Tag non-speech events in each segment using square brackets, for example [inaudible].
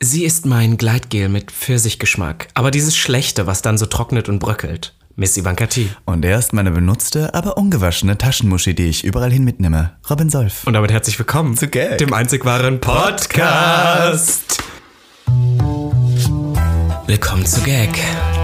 Sie ist mein Gleitgel mit Pfirsichgeschmack. Aber dieses Schlechte, was dann so trocknet und bröckelt. Miss Ivanka T. Und er ist meine benutzte, aber ungewaschene Taschenmuschi, die ich überall hin mitnehme. Robin Solf. Und damit herzlich willkommen zu Gag. dem einzig wahren Podcast. Willkommen zu Gag.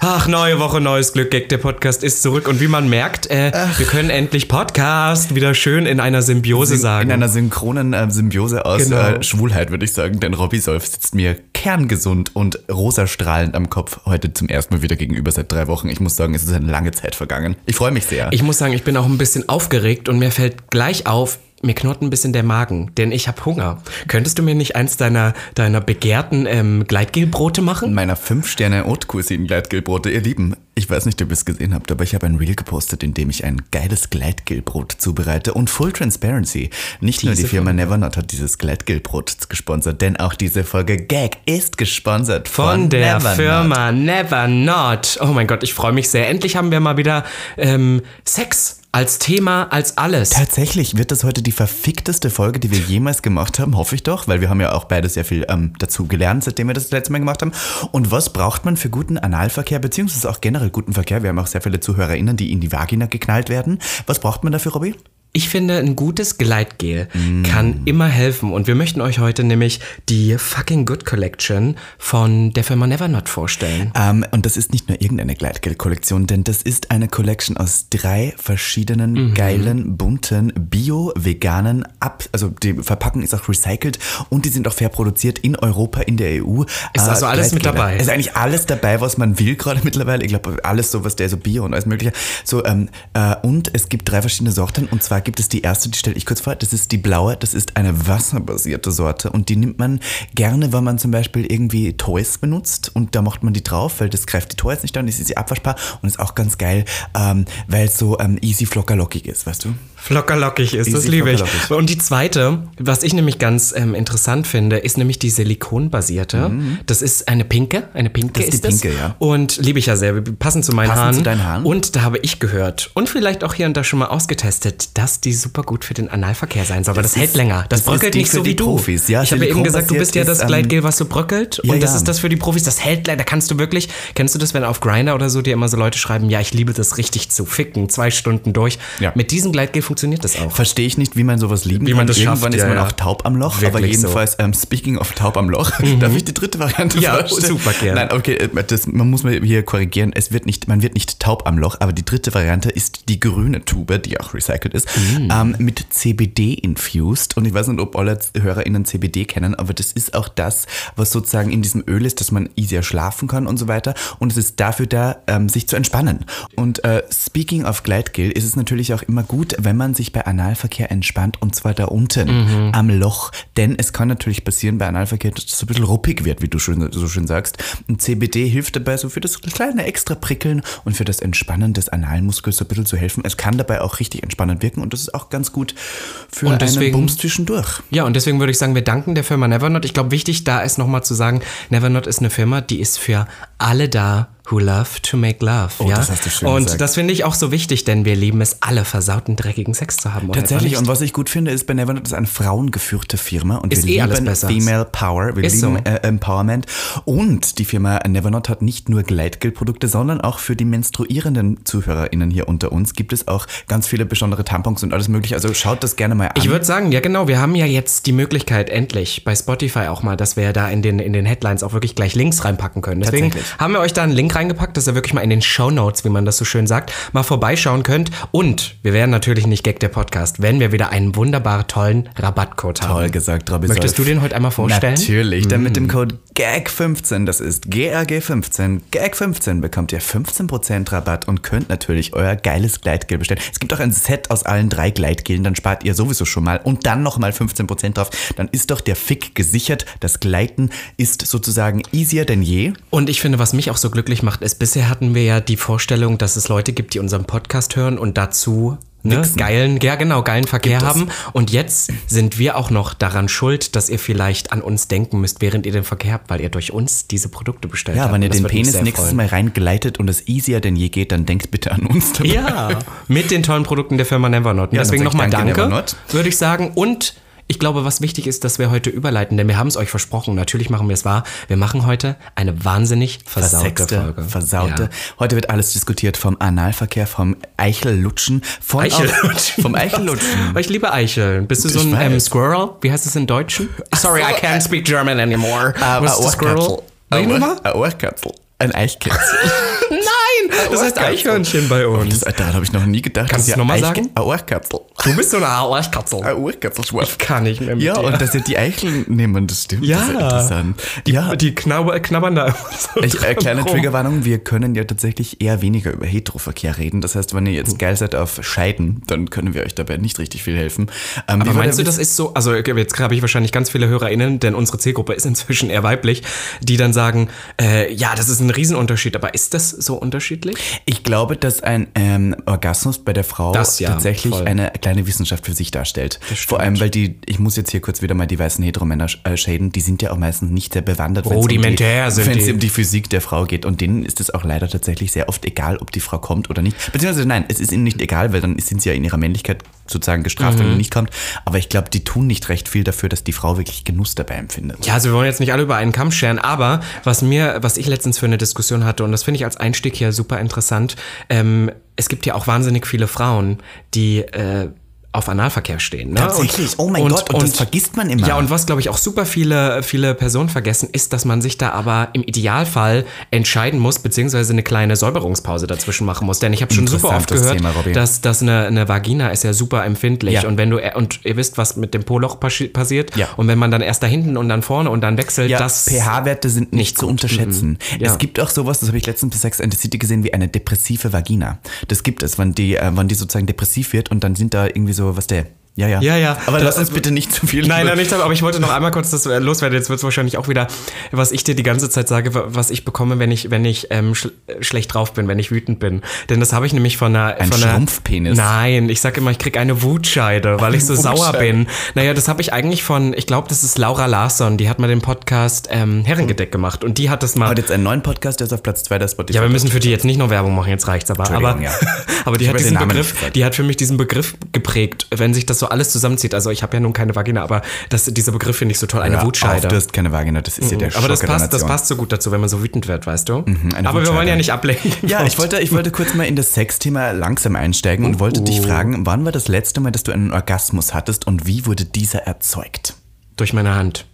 Ach, neue Woche, neues Glück. Gag, der Podcast ist zurück. Und wie man merkt, äh, wir können endlich Podcast wieder schön in einer Symbiose sagen. In einer synchronen äh, Symbiose aus Genau. äh, Schwulheit, würde ich sagen, denn Robby Solf sitzt mir kerngesund und rosastrahlend am Kopf heute zum ersten Mal wieder gegenüber seit drei Wochen. Ich muss sagen, es ist eine lange Zeit vergangen. Ich freue mich sehr. ich muss sagen, ich bin auch ein bisschen aufgeregt und mir fällt gleich auf, mir knurrt ein bisschen der Magen, denn ich habe Hunger. Könntest du mir nicht eins deiner, deiner begehrten ähm, Gleitgelbrote machen? meiner 5-Sterne-Haute-Cuisine-Gleitgelbrote, ihr Lieben. Ich weiß nicht, ob ihr es gesehen habt, aber ich habe ein Reel gepostet, in dem ich ein geiles Gleitgelbrot zubereite und Full Transparency. Nicht nur die Diese Firma Nevernot hat dieses Gleitgelbrot gesponsert, denn auch diese Folge Gag ist gesponsert von, Von der Never Not. Firma Never Not. Oh mein Gott, ich freue mich sehr. Endlich haben wir mal wieder ähm, Sex als Thema, als alles. Tatsächlich wird das heute die verfickteste Folge, die wir jemals gemacht haben, hoffe ich doch, weil wir haben ja auch beide sehr viel ähm, dazu gelernt, seitdem wir das, das letzte Mal gemacht haben. Und was braucht man für guten Analverkehr, beziehungsweise auch generell guten Verkehr? Wir haben auch sehr viele ZuhörerInnen, die in die Vagina geknallt werden. Was braucht man dafür, Robby? Ich finde, ein gutes Gleitgel Mm. kann immer helfen. Und wir möchten euch heute nämlich die Fucking Good Collection von der Firma Never Not vorstellen. Ähm, und das ist nicht nur irgendeine Gleitgel-Kollektion, denn das ist eine Collection aus drei Mhm. verschiedenen geilen, bunten, bio, veganen, ab, also die Verpackung ist auch recycelt und die sind auch fair produziert in Europa, in der E Äh, EU. Ist also alles mit Gleitgele. dabei? Ist eigentlich alles dabei, was man will gerade [laughs] mittlerweile. Ich glaube, alles so, was der so Bio und alles mögliche. So, ähm, äh, und es gibt drei verschiedene Sorten und zwar gibt es die erste, die stelle ich kurz vor, das ist die blaue, das ist eine wasserbasierte Sorte und die nimmt man gerne, wenn man zum Beispiel irgendwie Toys benutzt und da macht man die drauf, weil das greift die Toys nicht an, ist easy abwaschbar und ist auch ganz geil, ähm, weil es so ähm, easy flockerlockig ist, weißt du? Flockerlockig ist, das Easy liebe ich. flockerlockig. Und die zweite, was ich nämlich ganz ähm, interessant finde, ist nämlich die silikonbasierte. Das ist eine pinke, eine pinke Das Mhm. ist ist, die das. pinke, ja. Und liebe ich ja sehr, passend zu meinen Passend Haaren. zu deinen Haaren. Und da habe ich gehört und vielleicht auch hier und da schon mal ausgetestet, dass die super gut für den Analverkehr sein soll. Aber das, Das hält ist- länger. Das, das ist bröckelt die nicht für so die wie du. Profis, ja, ich habe ja eben gesagt, du bist ja das silikonbasiert ist, Gleitgel, was so bröckelt. ja, und das ja. ist das für die Profis. Das hält leider. Da kannst du wirklich, kennst du das, wenn auf Grinder oder so dir immer so Leute schreiben, ja, ich liebe das richtig zu ficken, zwei Stunden durch. Ja. Mit diesem Gleitgel funktioniert das auch. Verstehe ich nicht, wie man sowas lieben Genau. Wie man kann. das schafft, Irgendwann ist ja, man ja. auch taub am Loch. aber Wirklich so. Mhm. jedenfalls, ähm, speaking of taub am Loch, darf ich die dritte Variante Ja, vorstellen? super gerne. Nein, okay, äh, das, man muss mir hier korrigieren. Es wird nicht, man wird nicht taub am Loch, aber die dritte Variante ist die grüne Tube, die auch recycelt ist, Mhm. ähm, mit CBD infused. Und ich weiß nicht, ob alle HörerInnen CBD kennen, aber das ist auch das, was sozusagen in diesem Öl ist, dass man easier schlafen kann und so weiter. Und es ist dafür da, ähm, sich zu entspannen. Und äh, speaking of Gleitgel, ist es natürlich auch immer gut, wenn man sich bei Analverkehr entspannt und zwar da Mhm. unten am Loch. Denn es kann natürlich passieren bei Analverkehr, dass es ein bisschen ruppig wird, wie du schön, so schön sagst. Und CBD hilft dabei so für das kleine extra Prickeln und für das Entspannen des Analmuskels so ein bisschen zu helfen. Es kann dabei auch richtig entspannend wirken und das ist auch ganz gut für Und einen deswegen- Bums zwischendurch. Ja, und deswegen würde ich sagen, wir danken der Firma Nevernot. Ich glaube, wichtig da ist nochmal zu sagen, Nevernot ist eine Firma, die ist für alle da, who love to make love. Oh, ja? das hast du schön Und gesagt. das finde ich auch so wichtig, denn wir lieben es, alle versauten, dreckigen Sex zu haben. oder Tatsächlich, etwa und nicht? was ich gut finde, ist, bei Nevernet ist eine frauengeführte Firma und Ist wir eh alles lieben besser. Female Power, wir Ist lieben so. äh, Empowerment. Und die Firma Nevernot hat nicht nur Gleitgel-Produkte, sondern auch für die menstruierenden ZuhörerInnen hier unter uns gibt es auch ganz viele besondere Tampons und alles mögliche. Also schaut das gerne mal an. Ich würde sagen, ja genau, wir haben ja jetzt die Möglichkeit endlich bei Spotify auch mal, dass wir da in den, in den Headlines auch wirklich gleich Links reinpacken können. Deswegen Tatsächlich. haben wir euch da einen Link reingepackt, dass ihr wirklich mal in den Shownotes, wie man das so schön sagt, mal vorbeischauen könnt. Und wir wären natürlich nicht Gag der Podcast, wenn wir wieder einen wunderbar tollen Rabattcode haben. Toll gesagt, Robby Möchtest du den heute einmal vorstellen? Mm. Natürlich, denn mit dem Code GAG15, das ist GAG15, GAG15 bekommt ihr 15% Rabatt und könnt natürlich euer geiles Gleitgel bestellen. Es gibt auch ein Set aus allen drei Gleitgelen, dann spart ihr sowieso schon mal und dann nochmal 15% drauf. Dann ist doch der Fick gesichert. Das Gleiten ist sozusagen easier denn je. Und ich finde, was mich auch so glücklich macht, ist, bisher hatten wir ja die Vorstellung, dass es Leute gibt, die unseren Podcast hören und dazu ne, Wichsen. geilen, ja genau, geilen Verkehr Gibt es. haben. Und jetzt sind wir auch noch daran schuld, dass ihr vielleicht an uns denken müsst, während ihr den Verkehr habt, weil ihr durch uns diese Produkte bestellt habt. Ja, wenn ihr Und das den würde mich Penis sehr nächstes freuen. Mal reingleitet und es easier denn je geht, dann denkt bitte an uns. dabei. Ja, mit den tollen Produkten der Firma Nevernot. Und Ja, dann deswegen sag ich nochmal danke, Danke, Nevernot. würde ich sagen. Und ich glaube, was wichtig ist, dass wir heute überleiten, denn wir haben es euch versprochen. Natürlich machen wir es wahr. Wir machen heute eine wahnsinnig versaute Versexte, Folge. versaute. Ja. Heute wird alles diskutiert vom Analverkehr, vom Eichellutschen, von [laughs] Eichellutschen. [laughs] vom Eichellutschen. Weil ich liebe Eicheln. Bist du so Ich ein ähm, weiß. äh, Squirrel? Wie heißt es in Deutschen? Sorry, I can't speak German anymore. Mr. Squirrel. Wie Ein nochmal? Ohr- ein Ohrkatzel. Ein Eichkatzel. [laughs] Nein, das heißt Ohrkatzel. Eichhörnchen bei uns. Äh, Das, äh, daran habe ich noch nie gedacht. Kannst dass du's ihr noch mal Eich- sagen? Ein Ohrkatzel. Du bist so eine Arschkatzel. [laughs] Ein Ohrkatzelschwarz. Kann ich mehr mit Ja, dir. und dass ihr die Eicheln nehmen, das stimmt. Das ist Ja. interessant. die, ja. die knabber, knabbern da immer so Ich, äh, dran kleine rum. Triggerwarnung, wir können ja tatsächlich eher weniger über Heteroverkehr reden. Das heißt, wenn ihr Hm. jetzt geil seid auf Scheiden, dann können wir euch dabei nicht richtig viel helfen. Ähm, wie Aber war meinst du, der das ist so, also okay, jetzt habe ich wahrscheinlich ganz viele HörerInnen, denn unsere Zielgruppe ist inzwischen eher weiblich, die dann sagen, äh, ja, das ist ein Riesenunterschied, aber ist das so unterschiedlich? Ich glaube, dass ein ähm, Orgasmus bei der Frau Das ja, tatsächlich voll. eine kleine Wissenschaft für sich darstellt. Vor allem, weil die, ich muss jetzt hier kurz wieder mal die weißen Heteromänner sch- äh, schäden, die sind ja auch meistens nicht sehr bewandert, wenn's Rudimentär um sind die, wenn's Oh, die. um die Physik der Frau geht. Und denen ist es auch leider tatsächlich sehr oft egal, ob die Frau kommt oder nicht. Beziehungsweise nein, es ist ihnen nicht egal, weil dann sind sie ja in ihrer Männlichkeit sozusagen gestraft, Mhm. wenn sie nicht kommt. Aber ich glaube, die tun nicht recht viel dafür, dass die Frau wirklich Genuss dabei empfindet. Ja, also wir wollen jetzt nicht alle über einen Kamm scheren, aber was mir, was ich letztens für eine Diskussion hatte, und das finde ich als Einstieg hier super interessant, ähm, es gibt ja auch wahnsinnig viele Frauen, die äh, auf Analverkehr stehen. Ne? Tatsächlich. Oh mein Gott, und das vergisst man immer. Ja, und was, glaube ich, auch super viele, viele Personen vergessen, ist, dass man sich da aber im Idealfall entscheiden muss, beziehungsweise eine kleine Säuberungspause dazwischen machen muss. Denn ich habe schon super oft Interessantes gehört, Thema, Robby. dass, dass eine, eine Vagina ist ja super empfindlich. Ja. Und wenn du, äh, und ihr wisst, was mit dem Po-Loch paschi- passiert. Ja. Und wenn man dann erst da hinten und dann vorne und dann wechselt, Ja, das pH-Werte sind nicht zu unterschätzen. Mhm. Ja. Es gibt auch sowas, das habe ich letztens bei Sex and the City gesehen, wie eine depressive Vagina. Das gibt es, wann die, äh, wann die sozusagen depressiv wird und dann sind da irgendwie so, was der. Ja, ja. Ja, ja. Aber Das- lass uns bitte nicht zu viel. Nein, über- nein, nicht, aber ich wollte noch einmal kurz das äh, loswerden. Jetzt wird es wahrscheinlich auch wieder, was ich dir die ganze Zeit sage, wa- was ich bekomme, wenn ich, wenn ich ähm, schl äh, schlecht drauf bin, wenn ich wütend bin. Denn das habe ich nämlich von einer. Ein von einer, Schrumpfpenis? Nein, ich sage immer, ich krieg eine Wutscheide, weil ich so sauer Wutscheide. bin. Naja, das habe ich eigentlich von, ich glaube, das ist Laura Larsson, die hat mal den Podcast ähm, Herrengedeck gemacht und die hat das mal. Heute jetzt einen neuen Podcast, der ist auf Platz 2 der Spotify. Ja, wir müssen für die jetzt nicht noch Werbung machen, jetzt reicht's aber. Aber, Entschuldigung, ja. [laughs] aber die Ich hat habe den diesen Namen Begriff, nicht gesagt. die hat für mich diesen Begriff geprägt, wenn sich das so alles zusammenzieht. Also ich habe ja nun keine Vagina, aber das, dieser Begriff finde ich so toll, eine Hör Auf, Wutscheide. du hast keine Vagina, das ist ja der aber das Schock der passt, das Nation. passt so gut dazu, wenn man so wütend wird, weißt du? Mhm, eine aber wir Wutscheide. wollen ja nicht ablenken. Ja, ich wollte, ich wollte kurz mal in das Sexthema langsam einsteigen und wollte dich fragen, wann war das letzte Mal, dass du einen Orgasmus hattest und wie wurde dieser erzeugt? Durch meine Hand.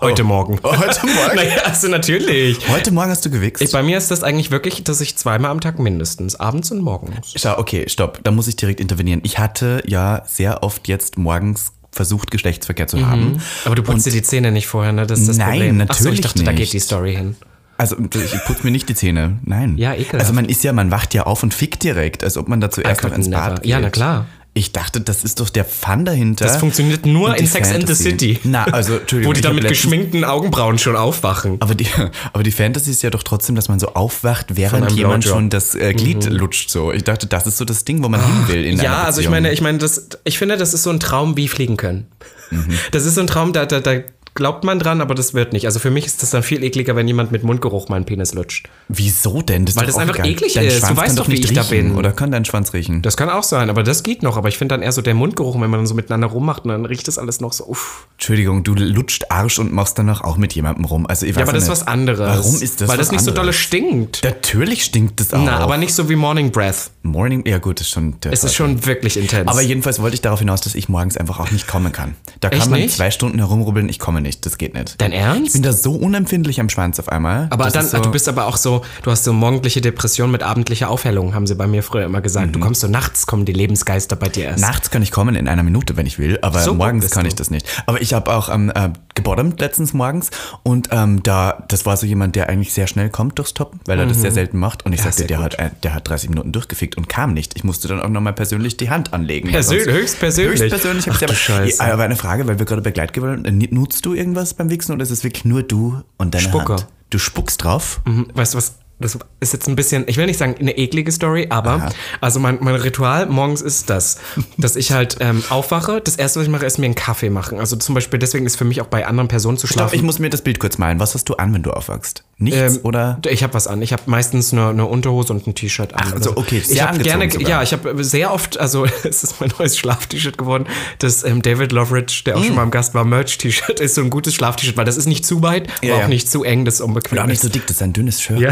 Heute Morgen. [laughs] Oh, heute Morgen? naja, also natürlich. [laughs] Heute Morgen hast du gewichst. Bei mir ist das eigentlich wirklich, dass ich zweimal am Tag mindestens, abends und morgens. Schau, okay, stopp. Da muss ich direkt intervenieren. Ich hatte ja sehr oft jetzt morgens versucht, Geschlechtsverkehr Mhm. zu haben. Aber du putzt dir die Zähne nicht vorher, ne? Das ist das Nein, Problem. Ach so, ich natürlich dachte, da geht nicht. die Story hin. Also ich putze mir nicht die Zähne. Nein. Ja, ekelhaft. Also man ist ja, man wacht ja auf und fickt direkt, als ob man da zuerst could noch ins never. Bad geht. Ja, na klar. Ich dachte, das ist doch der Fun dahinter. Das funktioniert nur Und die in Sex and the Fantasy. City. Na, also, Entschuldigung. Wo die ich dann hab mit letztens- geschminkten Augenbrauen schon aufwachen. Aber die, [laughs] aber die Fantasy ist ja doch trotzdem, dass man so aufwacht, während einem jemand Blowjob. Mhm. schon das äh, Glied lutscht. So, ich dachte, das ist so das Ding, wo man hin will in Ja, einer also ich Beziehung. meine, ich meine, das, ich finde, das ist so ein Traum wie fliegen können. Mhm. Das ist so ein Traum, da, da, da glaubt man dran, aber das wird nicht. Also für mich ist das dann viel ekliger, wenn jemand mit Mundgeruch meinen Penis lutscht. Wieso denn? Das ist Weil doch das auch einfach egal. eklig Dein ist. Du Schwanz weißt kann doch, wie nicht ich da riechen, bin. Oder kann dein Schwanz riechen? Das kann auch sein, aber das geht noch. Aber ich finde dann eher so der Mundgeruch, wenn man dann so miteinander rummacht und dann riecht das alles noch so. Uff. Entschuldigung, du lutscht Arsch und machst danach auch mit jemandem rum. Also ich weiß Ja, aber das ist nicht. was anderes. Warum ist das Weil das was nicht so dolle anderes? stinkt. Natürlich stinkt das auch. Na, aber nicht so wie Morning Breath. Morning, ja gut, das ist schon. Der Es ist schon wirklich intens. aber jedenfalls wollte ich darauf hinaus, dass ich morgens einfach auch nicht kommen kann. Da Echt kann man nicht? zwei Stunden herumrubbeln, ich komme nicht, das geht nicht. Dein Ernst? Ich bin da so unempfindlich am Schwanz auf einmal. Aber Das dann, Ah, ist so, du bist aber auch so, du hast so morgendliche Depression mit abendlicher Aufhellung, haben sie bei mir früher immer gesagt. Mhm. Du kommst so nachts, kommen die Lebensgeister bei dir erst. Nachts kann ich kommen in einer Minute, wenn ich will, aber So gut morgens bist kann du. ich das nicht. Aber ich habe auch ähm, äh, gebottomt letztens morgens und ähm, da, das war so jemand, der eigentlich sehr schnell kommt durchs Toppen, weil er das sehr selten macht. Und ich sagte, Mhm. sehr der hat, ein- der hat 30 Minuten durchgefickt und kam nicht. Ich musste dann auch nochmal persönlich die Hand anlegen. Persönlich, Sonst- höchstpersönlich. Höchstpersönlich hab Ach, du ich aber, Scheiße. Ja, aber eine Frage, weil wir gerade bei Gleitgewalt, äh, nutzt du irgendwas beim Wichsen oder ist es wirklich nur du und deine Spucke. Hand? Du spuckst drauf? Mhm. Weißt du was? Das ist jetzt ein bisschen, ich will nicht sagen eine eklige Story, aber also mein, mein Ritual morgens ist das, dass ich halt ähm, aufwache. Das erste, was ich mache, ist mir einen Kaffee machen. Also zum Beispiel, deswegen ist für mich auch bei anderen Personen zu Stopp, schlafen. ich muss mir das Bild kurz malen. Was hast du an, wenn du aufwachst? Ähm, Nichts oder? Ich habe was an. Ich habe meistens eine, eine Unterhose und ein T-Shirt an. Ach, also, okay, ich sehr habe angezogen gerne, sogar. ja, ich habe sehr oft, also [laughs] es ist mein neues Schlaf-T-Shirt geworden, das ähm, David Loveridge, der auch Mm. schon mal im Gast war, Merch-T-Shirt [laughs] ist so ein gutes Schlaf-T-Shirt, weil das ist nicht zu weit, Ja, aber ja. auch nicht zu eng, das ist unbequem. Auch ist. nicht so dick, das ist ein dünnes Shirt. Ja.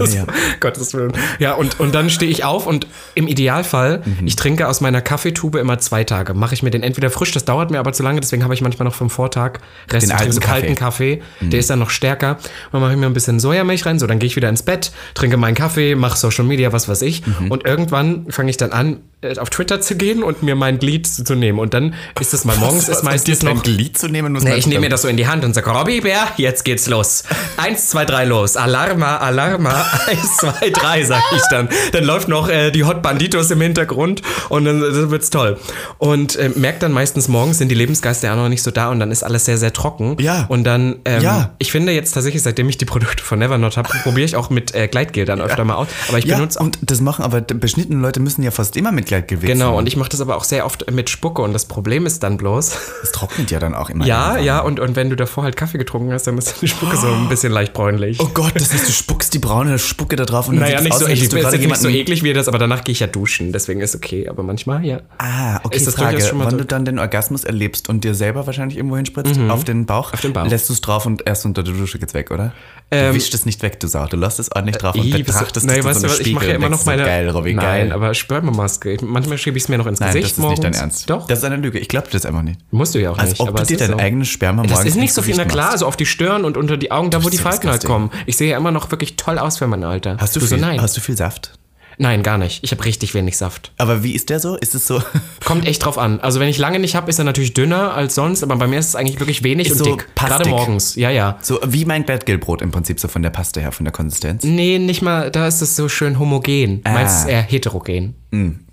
[laughs] ja. Gottes Willen. Ja, und, und dann stehe ich auf und im Idealfall, Mhm. ich trinke aus meiner Kaffeetube immer zwei Tage. Mache ich mir den entweder frisch, das dauert mir aber zu lange, deswegen habe ich manchmal noch vom Vortag Rest ich trinke Den alten Mhm. einen kalten Kaffee. Der ist dann noch stärker. Dann mache ich mir ein bisschen Sojamilch rein, so dann gehe ich wieder ins Bett, trinke meinen Kaffee, mache Social Media, was weiß ich. Mhm. Und irgendwann fange ich dann an, äh, auf Twitter zu gehen und mir mein Glied zu zu nehmen. Und dann ist es mal morgens, ist meistens noch. Also Glied zu nehmen, muss Nee, ich nehme mir das so in die Hand und sage, Robby Bär, jetzt geht's los. Eins, zwei, drei, los. Alarma, [laughs] Alarma, eins, zwei, drei, sag ich dann. Dann läuft noch äh, die Hot Banditos im Hintergrund und dann äh, wird's toll. Und äh, merkt dann meistens morgens sind die Lebensgeister ja noch nicht so da und dann ist alles sehr, sehr trocken. Ja. Und dann, ähm, Ja. ich finde jetzt tatsächlich, seitdem ich die Produkte von Nevernot habe, probiere ich auch mit äh, Gleitgel dann öfter mal aus. Aber ich Ja, benutze auch und das machen aber d- beschnittene Leute müssen ja fast immer mit Gleitgewicht. Genau, und ich mache das aber auch sehr oft mit Spucke und das Problem ist dann bloß, Das trocknet ja dann auch immer. Ja, langsam. ja, und, und wenn du davor halt Kaffee getrunken hast, dann ist deine Spucke so ein bisschen leicht bräunlich. Oh Gott, das heißt, du spuckst die braune Spucke da drauf und dann naja, sieht's nicht so, als hättest eklig, du ist gerade jetzt nicht so jemanden- eklig wie das, aber danach gehe ich ja duschen, deswegen ist okay. Aber manchmal, ja. Ah, okay, Ist das Frage, durchaus schon mal wann so- Mhm. du dann den Orgasmus erlebst und dir selber wahrscheinlich irgendwo hinspritzt, auf den Bauch, auf den Bauch. Ähm, lässt du es drauf und erst unter der Dusche geht's weg, oder? Du wischst es nicht weg, du Sau, du lässt es ordentlich drauf und Äh, Ih, bist du- betrachtest Nein, es weißt du einem was, ich mache Spiegel ja immer und noch denkst so, meine. Geil, Robby, nein, geil. aber Spermamaske. Ich- Manchmal schiebe ich es mir noch ins Nein, das Gesicht ist nicht dein morgens. Ernst. Doch, Das ist eine Lüge, ich glaube dir das einfach nicht. musst du ja auch Als nicht. ob aber du es dir ist dein so. eigenes Sperma Das morgens ist nicht ins so viel, na Gesicht klar, machst. also auf die Stirn und unter die Augen, da wo die bist so Falten halt disgusting. kommen. Ich sehe ja immer noch wirklich toll aus, wenn man alter. Hast du, so, viel, nein. hast du viel Saft? nein, gar nicht. Ich habe richtig wenig Saft. Aber wie ist der so? Ist es so, [laughs] Kommt echt drauf an. Also wenn ich lange nicht habe, ist er natürlich dünner als sonst, aber bei mir ist es eigentlich wirklich wenig Ist und so dick. pastig. Gerade morgens, ja, ja. so wie mein Bettgelbrot im Prinzip, so von der Paste her, von der Konsistenz? Nee, nicht mal, da ist es so schön homogen. Ah. Meins ist eher heterogen.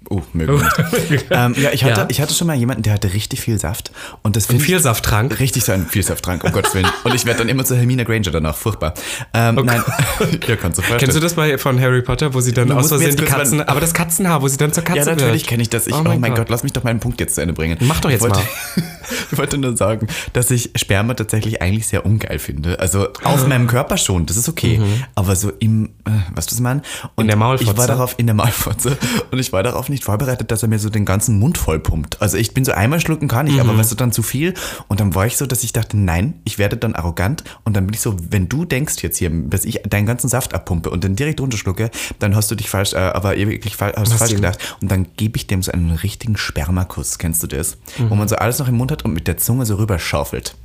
Oh, mögen wir nicht. ähm, ja, ich [laughs] hatte, Ja. ich hatte schon mal jemanden, der hatte richtig viel Saft. Und das finde ich Vielsafttrank. richtig so ein Vielsafttrank, um Gottes Willen. Und ich werde dann immer zu Hermina Granger danach, furchtbar. Ähm, [laughs] nein, [laughs] ja, kannst du vorstellen. Kennst du das bei, von Harry Potter, wo sie dann Du aus musst mir Versehen jetzt die kurz Katzen, mal- aber das Katzenhaar, wo sie dann zur Katze ja, wird? natürlich kenne ich das. Ich, oh, mein Gott. lass mich doch meinen Punkt jetzt zu Ende bringen. Mach doch jetzt ich wollte, mal. [laughs] ich wollte nur sagen, dass ich Sperma tatsächlich eigentlich sehr ungeil finde. Also Ah. auf meinem Körper schon, das ist okay. Aber so im, äh, weißt du, was man? Mhm. Und In der Maulfotze. Ich war darauf in der Maulfotze und ich war darauf nicht vorbereitet, dass er mir so den ganzen Mund voll pumpt. Also ich bin so einmal schlucken kann ich, Mhm. aber weißt du, dann zu viel. Und dann war ich so, dass ich dachte, nein, ich werde dann arrogant. Und dann bin ich so, wenn du denkst jetzt hier, dass ich deinen ganzen Saft abpumpe und dann direkt runterschlucke, dann hast du dich falsch, äh, aber wirklich falsch, hast falsch ihn- gedacht. Und dann gebe ich dem so einen richtigen Spermakuss, kennst du das? Wo man so alles noch im Mund hat und mit der Zunge so rüberschaufelt.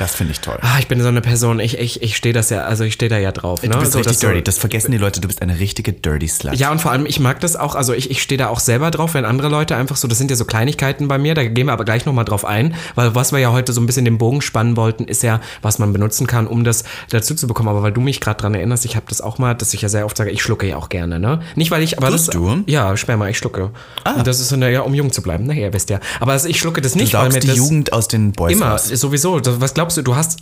Das finde ich toll. Ah, ich bin so eine Person, ich, ich, ich stehe das ja, also ich stehe da ja drauf. Ne? Du bist so, richtig dass so- dirty. Das vergessen die Leute. Du bist eine richtige dirty Slut. Ja, und vor allem, ich mag das auch, also ich, ich stehe da auch selber drauf, wenn andere Leute einfach so, das sind ja so Kleinigkeiten bei mir, da gehen wir aber gleich nochmal drauf ein, weil was wir ja heute so ein bisschen den Bogen spannen wollten, ist ja, was man benutzen kann, um das dazu zu bekommen. Aber weil du mich gerade dran erinnerst, ich habe das auch mal, dass ich ja sehr oft sage, ich schlucke ja auch gerne, ne? Nicht, weil ich, aber Tust das, du? Ah. Ja, Sperma, ich schlucke. Und das ist so, naja, um jung zu bleiben, naja, ihr wisst ja. Aber also ich schlucke das du nicht, saugst die das... Jugend aus den Boys Immer, raus. sowieso. Das- Was glaubst du, du hast.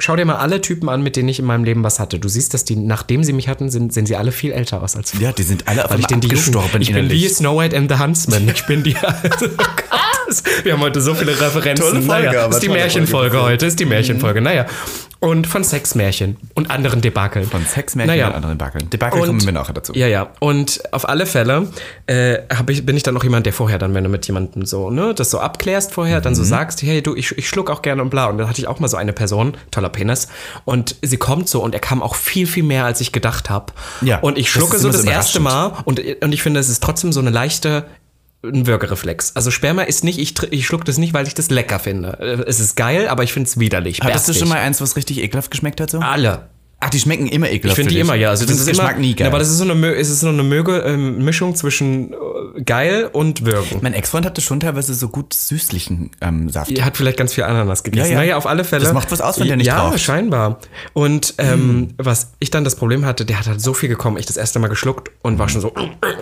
Schau dir mal alle Typen an, mit denen ich in meinem Leben was hatte. Du siehst, dass die, nachdem sie mich hatten, sind, sehen sie alle viel älter aus als früher. Ja, die sind alle auf Weil ich einmal den die abgestorben Jugend- Ich bin innerlich. wie Snow White and the Huntsman. Ich bin die. Also, [laughs] oh Gott, wir haben heute so viele Referenzen. Tolle Folge, naja, aber ist die tolle Märchenfolge Folge. Mhm. heute, ist die Märchenfolge. Naja. Und von Sexmärchen und anderen Debakeln. Von Sexmärchen Naja. und anderen Bakeln. Debakel Und- kommen wir nachher dazu. Ja, ja. Und auf alle Fälle äh, hab ich, bin ich dann auch jemand, der vorher dann, wenn du mit jemandem so, ne, das so abklärst vorher, Mhm. dann so sagst, hey, du, ich, ich schluck auch gerne und bla. Und dann hatte ich auch mal so eine Person, toller Penis, und sie kommt so und er kam auch viel, viel mehr, als ich gedacht habe. Ja, Und ich das schlucke ist so immer so das erste Mal und, und ich finde, es ist trotzdem so eine leichte ein Würgereflex. Also Sperma ist nicht, ich, tr- ich schluck das nicht, weil ich das lecker finde. Äh, Es ist geil, aber ich finde es widerlich. Hattest du bärstig. schon mal eins, was richtig ekelhaft geschmeckt hat? So? Alle. Ach, die schmecken immer ekelhaft. Ah. Ich finde die für dich. immer, ja. Also Du das findest ist Geschmack immer, nie geil. Ja, Aber das ist so eine, Mö- es ist so eine Möge, ähm, Mischung zwischen äh, geil und Würgen. mein Ex-Freund hatte schon teilweise so gut süßlichen ähm, Saft. Er hat vielleicht ganz viel Ananas gegessen. Ja, ja. Naja, auf alle Fälle. Das macht was aus, wenn der nicht Ja, raucht. Hm. scheinbar. Und ähm, was ich dann das Problem hatte, der hat halt so viel gekommen, ich das erste Mal geschluckt und war schon so.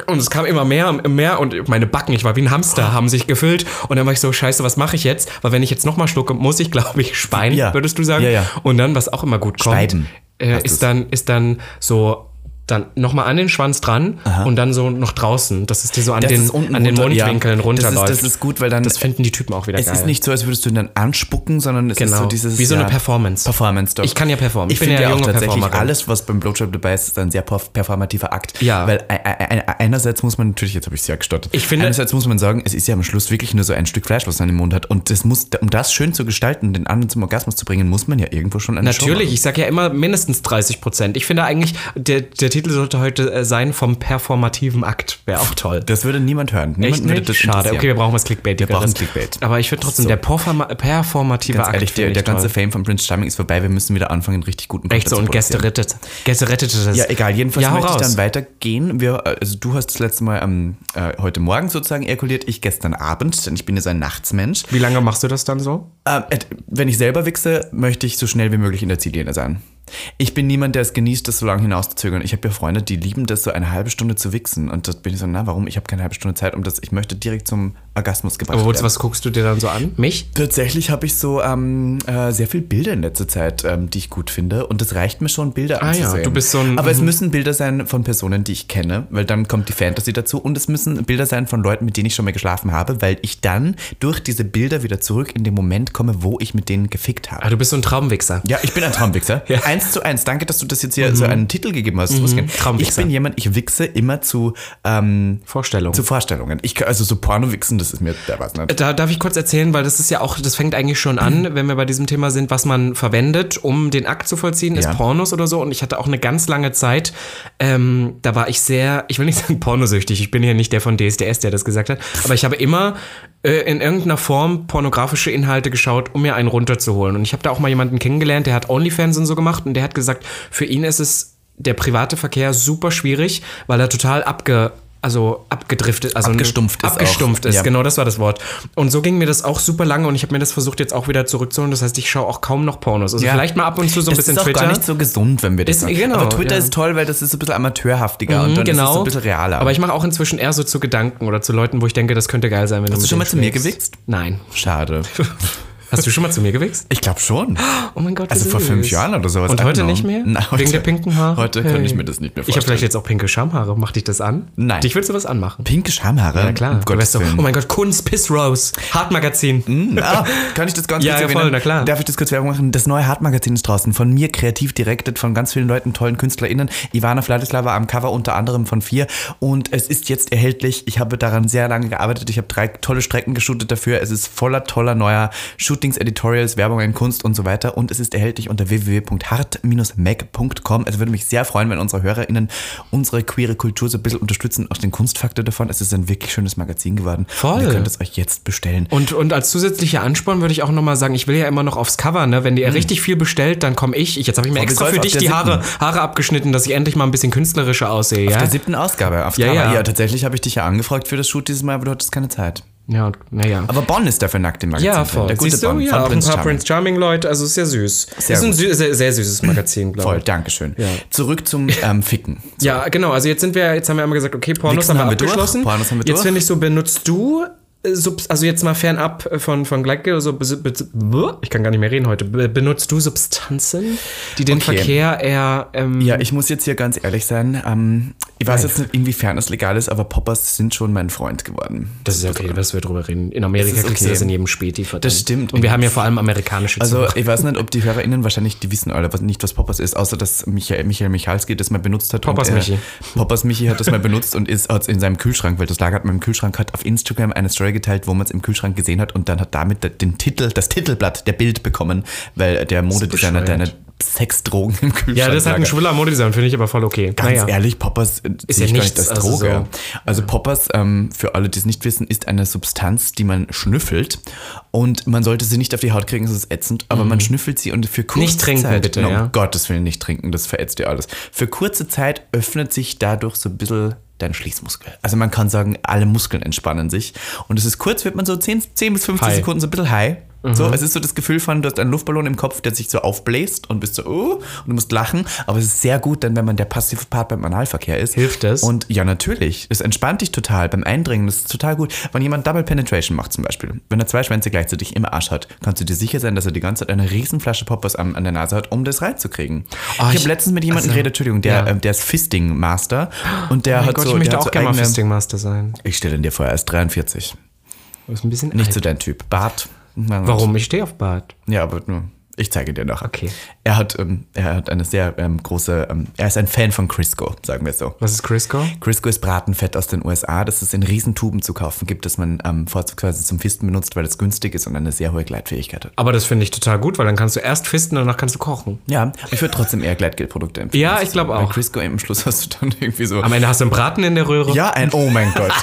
Und es kam immer mehr und mehr und meine Backen, ich war wie ein Hamster, haben sich gefüllt. Und dann war ich so, scheiße, was mache ich jetzt? Weil wenn ich jetzt nochmal schlucke, muss ich, glaube ich, speien, Ja. würdest du sagen. Ja, ja. Und dann, was auch immer gut kommt, Schreiben äh, heißt es. ist, dann, ist dann so. Dann nochmal an den Schwanz dran und dann so noch draußen, dass es dir so an, Das den, ist unten an den runter- ja. Mundwinkeln Das ist- runterläuft. das ist gut, weil dann- Das finden die Typen auch wieder Es geil. ist nicht so, als würdest du ihn dann anspucken, sondern es ist Genau. so dieses. Wie so eine Performance. Performance, doch. Ich kann ja performen. Ich, Ich bin finde ja ja, auch junge tatsächlich Performerin. alles, was beim Blowjob dabei ist, ist ein sehr perf- performativer Akt. Ja. Weil ei- ei- ei- einerseits muss man natürlich, jetzt habe ich es ja gestottert. Ich finde- Einerseits muss man sagen, es ist ja am Schluss wirklich nur so ein Stück Fleisch, was man im Mund hat. Und das muss, um das schön zu gestalten, den anderen zum Orgasmus zu bringen, muss man ja irgendwo schon eine Show Natürlich, ich sage ja immer mindestens 30 Prozent. Ich finde eigentlich, der, der Titel sollte heute äh, sein vom performativen Akt. Wäre auch toll. Das würde niemand hören. Niemand Echt würde nicht? das Schade. interessieren. Okay, wir brauchen was Clickbait. Wir brauchen Clickbait. Aber ich finde trotzdem, So. der performa performative Ganz Akt. ehrlich, der, finde der ich ganze toll. Fame von Prince Charming ist vorbei. Wir müssen wieder anfangen, richtig guten Echt so, Content und zu Gäste produzieren. rettet. Gäste rettet das. Ja, egal. Jedenfalls ja, hau möchte raus. ich dann weitergehen. Wir, äh, also du hast das letzte Mal am, äh, heute Morgen sozusagen erkuliert, ich gestern Abend, denn ich bin ja so ein Nachtsmensch. Wie lange machst du das dann so? Ähm, äh, wenn ich selber wichse, möchte ich so schnell wie möglich in der Ziellinie sein. Ich bin niemand, der es genießt, das so lange hinauszuzögern. Ich habe ja Freunde, die lieben das, so eine halbe Stunde zu wichsen. Und das bin ich so, na warum? Ich habe keine halbe Stunde Zeit, um das. Ich möchte direkt zum Orgasmus gebracht Aber werden. was, was guckst du dir dann so an? Mich? Tatsächlich habe ich so ähm, äh, sehr viele Bilder in letzter Zeit, ähm, die ich gut finde. Und das reicht mir schon, Bilder Ah ja, anzusehen. du bist so ein- Aber es müssen Bilder sein von Personen, die ich kenne, weil dann kommt die Fantasy dazu. Und es müssen Bilder sein von Leuten, mit denen ich schon mal geschlafen habe, weil ich dann durch diese Bilder wieder zurück in den Moment komme, wo ich mit denen gefickt habe. Ah, du bist so ein Traumwichser. Ja, ich bin [laughs] ein Traumwichser. Eins zu eins. Danke, dass du das jetzt hier so einen Titel gegeben hast. Wolfgang. Ich Mhm. Traumwichser. bin jemand, ich wichse immer zu, ähm, Vorstellung. zu Vorstellungen. Ich, kann- also so Porno wichsen, das ist mir der was nicht. Äh, Da darf ich kurz erzählen, weil das ist ja auch, das fängt eigentlich schon an, wenn wir bei diesem Thema sind, was man verwendet, um den Akt zu vollziehen, Ja. ist Pornos oder so. Und ich hatte auch eine ganz lange Zeit, ähm, da war ich sehr, ich will nicht sagen pornosüchtig, ich bin ja nicht der von DSDS, der das gesagt hat, aber ich habe immer äh, in irgendeiner Form pornografische Inhalte geschaut, um mir einen runterzuholen. Und ich habe da auch mal jemanden kennengelernt, der hat Onlyfans und so gemacht und der hat gesagt, für ihn ist es der private Verkehr super schwierig, weil er total abge, also abgedriftet, also Abgestumpft ist auch. abgestumpft ist, Ja. genau. Genau, das war das Wort. Und so ging mir das auch super lange und ich habe mir das versucht, jetzt auch wieder zurückzuholen. Das heißt, ich schaue auch kaum noch Pornos. Also Ja. vielleicht mal ab und zu so ein das bisschen ist auch Twitter. gar nicht so gesund, wenn wir das Ist- sagen. genau, aber Twitter ja. ist toll, weil das ist so ein bisschen amateurhaftiger und Mhm, dann ist es so ein bisschen realer. Aber ich mache auch inzwischen eher so zu Gedanken oder zu Leuten, wo ich denke, das könnte geil sein, wenn Hast du mit schon denen mal zu mir schläfst. gewichst? Nein. [laughs] Schade. Hast du schon mal zu mir gewichst? Ich [gasps] glaube schon. Oh mein Gott, wie Also vor süß. fünf Jahren oder sowas. Und I don't heute know. nicht mehr? Na, heute- Wegen der pinken Haare? heute kann ich mir das nicht mehr Ich habe vorstellen. vielleicht jetzt auch pinke Schamhaare. Macht dich das an? Nein. Dich willst du was anmachen? Pinke Schamhaare. ja klar. Um du Gottes wärst so, Willen. oh mein Gott, Kunst, Piss Rose, Hartmagazin. Ah, kann ich das ganz Hm. Ja, kurz ja, voll, na klar. Darf ich das kurz Werbung machen? Das neue Hartmagazin ist draußen. Von mir kreativ directed, von ganz vielen Leuten, tollen KünstlerInnen. Ivana Vladislava am Cover unter anderem von vier. Und es ist jetzt erhältlich. Ich habe daran sehr lange gearbeitet. Ich habe drei tolle Strecken geshootet dafür. Es ist voller toller neuer Shootings, Editorials, Werbung in Kunst und so weiter. Und es ist erhältlich unter www.hart-mac.com. Es Also würde mich sehr freuen, wenn unsere HörerInnen unsere queere Kultur so ein bisschen unterstützen, auch den Kunstfaktor davon. Es ist ein wirklich schönes Magazin geworden. Voll. Und ihr könnt es euch jetzt bestellen. Und, und als zusätzlicher Ansporn würde ich auch nochmal sagen, ich will ja immer noch aufs Cover, ne? Wenn ihr richtig viel bestellt, dann komme ich. ich jetzt habe ich mir Robby extra Solf für Hm. auf dich der die Haare, siebten. Haare abgeschnitten, dass ich endlich mal ein bisschen künstlerischer aussehe, ja? der siebten Ausgabe Ah. auf Ja, Cover. ja. ja, tatsächlich habe ich dich ja angefragt für das Shoot dieses Mal, aber du hattest keine Zeit. Ja, und- naja. Aber Bonn ist dafür nackt im Magazin. ja, voll. Der gute Siehst du? Bonn ja, von auch Prinz ein paar Charming. Prince Charming Leute, also ist ja süß. Sehr ist ein gut. sü sehr, sehr [clears throat] süßes Magazin, glaube Voll, ich. Dankeschön. Zurück zum ähm, Ficken. Ja, genau. Also jetzt sind wir, jetzt haben wir einmal gesagt, okay, Pornos Wichsen haben wir, haben wir durch, abgeschlossen. Pornos haben wir jetzt durch. finde ich so, benutzt du, äh, Subs- also jetzt mal fernab von, von Gleitgel, also bes- bez- buh, ich kann gar nicht mehr reden heute, Be- benutzt du Substanzen, die den Okay. Verkehr eher, ähm, Ja, ich muss jetzt hier ganz ehrlich sein. Ähm, ich weiß jetzt nicht, inwiefern es legal ist, aber Poppers sind schon mein Freund geworden. Das ist ja okay, dass wir drüber reden. In Amerika Das ist kriegst du okay. das in jedem Späti verdammt. Das stimmt. Und wir haben ja vor allem amerikanische Also Zuhörer. ich weiß nicht, ob die HörerInnen wahrscheinlich, die wissen alle was, nicht, was Poppers ist, außer dass Michael, Michael Michalski das mal benutzt hat. Poppers und, äh, Michi. Poppers Michi hat das mal benutzt und ist hat's in seinem Kühlschrank, weil das Lager hat man im Kühlschrank, hat auf Instagram eine Story geteilt, wo man es im Kühlschrank gesehen hat und dann hat damit den Titel, das Titelblatt der Bild bekommen, weil der Modedesigner, der bescheuert. eine Sexdrogen im Kühlschrank. Ja, das ist halt ein lagern. schwuller Modedesign, finde ich aber voll okay. Ganz naja. ehrlich, Poppers äh, Ist ja sehe ich gar nichts, nicht als also Droge. Also, so. Poppers, ähm, für alle, die es nicht wissen, ist eine Substanz, die man schnüffelt. Und man sollte sie nicht auf die Haut kriegen, es ist ätzend, aber man schnüffelt sie und für kurze Mhm. Nicht trinken, Zeit. bitte, No, ja. Um Gottes Willen nicht trinken, das verätzt dir alles. Für kurze Zeit öffnet sich dadurch so ein bisschen dein Schließmuskel. Also man kann sagen, alle Muskeln entspannen sich. Und es ist kurz, wird man so 10, 10 bis 15 High. Sekunden so ein bisschen high. So, es ist so das Gefühl von, du hast einen Luftballon im Kopf, der sich so aufbläst und bist so, oh, und du musst lachen. Aber es ist sehr gut, dann, wenn man der passive Part beim Analverkehr ist. Hilft das? Und ja, natürlich. Es entspannt dich total beim Eindringen. Das ist total gut. Wenn jemand Double Penetration macht zum Beispiel, wenn er zwei Schwänze gleichzeitig im Arsch hat, kannst du dir sicher sein, dass er die ganze Zeit eine riesen Flasche Poppers an, an der Nase hat, um das reinzukriegen. ich ich- habe letztens mit jemandem also, geredet, Entschuldigung, der, ja. ähm, der ist Fisting-Master und Oh der mein hat Gott, so... ich der möchte hat auch so gerne mal eigene- Fisting Master sein. Ich stelle ihn dir vor, er ist 43. Ist ein bisschen Nicht alt. so dein Typ. Bart. Warum? Ich stehe auf Bart. Ja, aber nur. Ich zeige dir noch. Okay. Er hat, ähm, er hat eine sehr ähm, große, ähm, er ist ein Fan von Crisco, sagen wir es so. Was ist Crisco? Crisco ist Bratenfett aus den USA, das es in Riesentuben zu kaufen gibt, das man ähm, vorzugsweise zum Fisten benutzt, weil es günstig ist und eine sehr hohe Gleitfähigkeit hat. Aber das finde ich total gut, weil dann kannst du erst fisten, danach kannst du kochen. Ja, ich würde trotzdem eher Gleitgelprodukte empfehlen. Ja, Also, ich glaub bei auch. Crisco am Schluss hast du dann irgendwie so. Am Ende hast du einen Braten in der Röhre. Ja, ein Oh mein [laughs] Gott.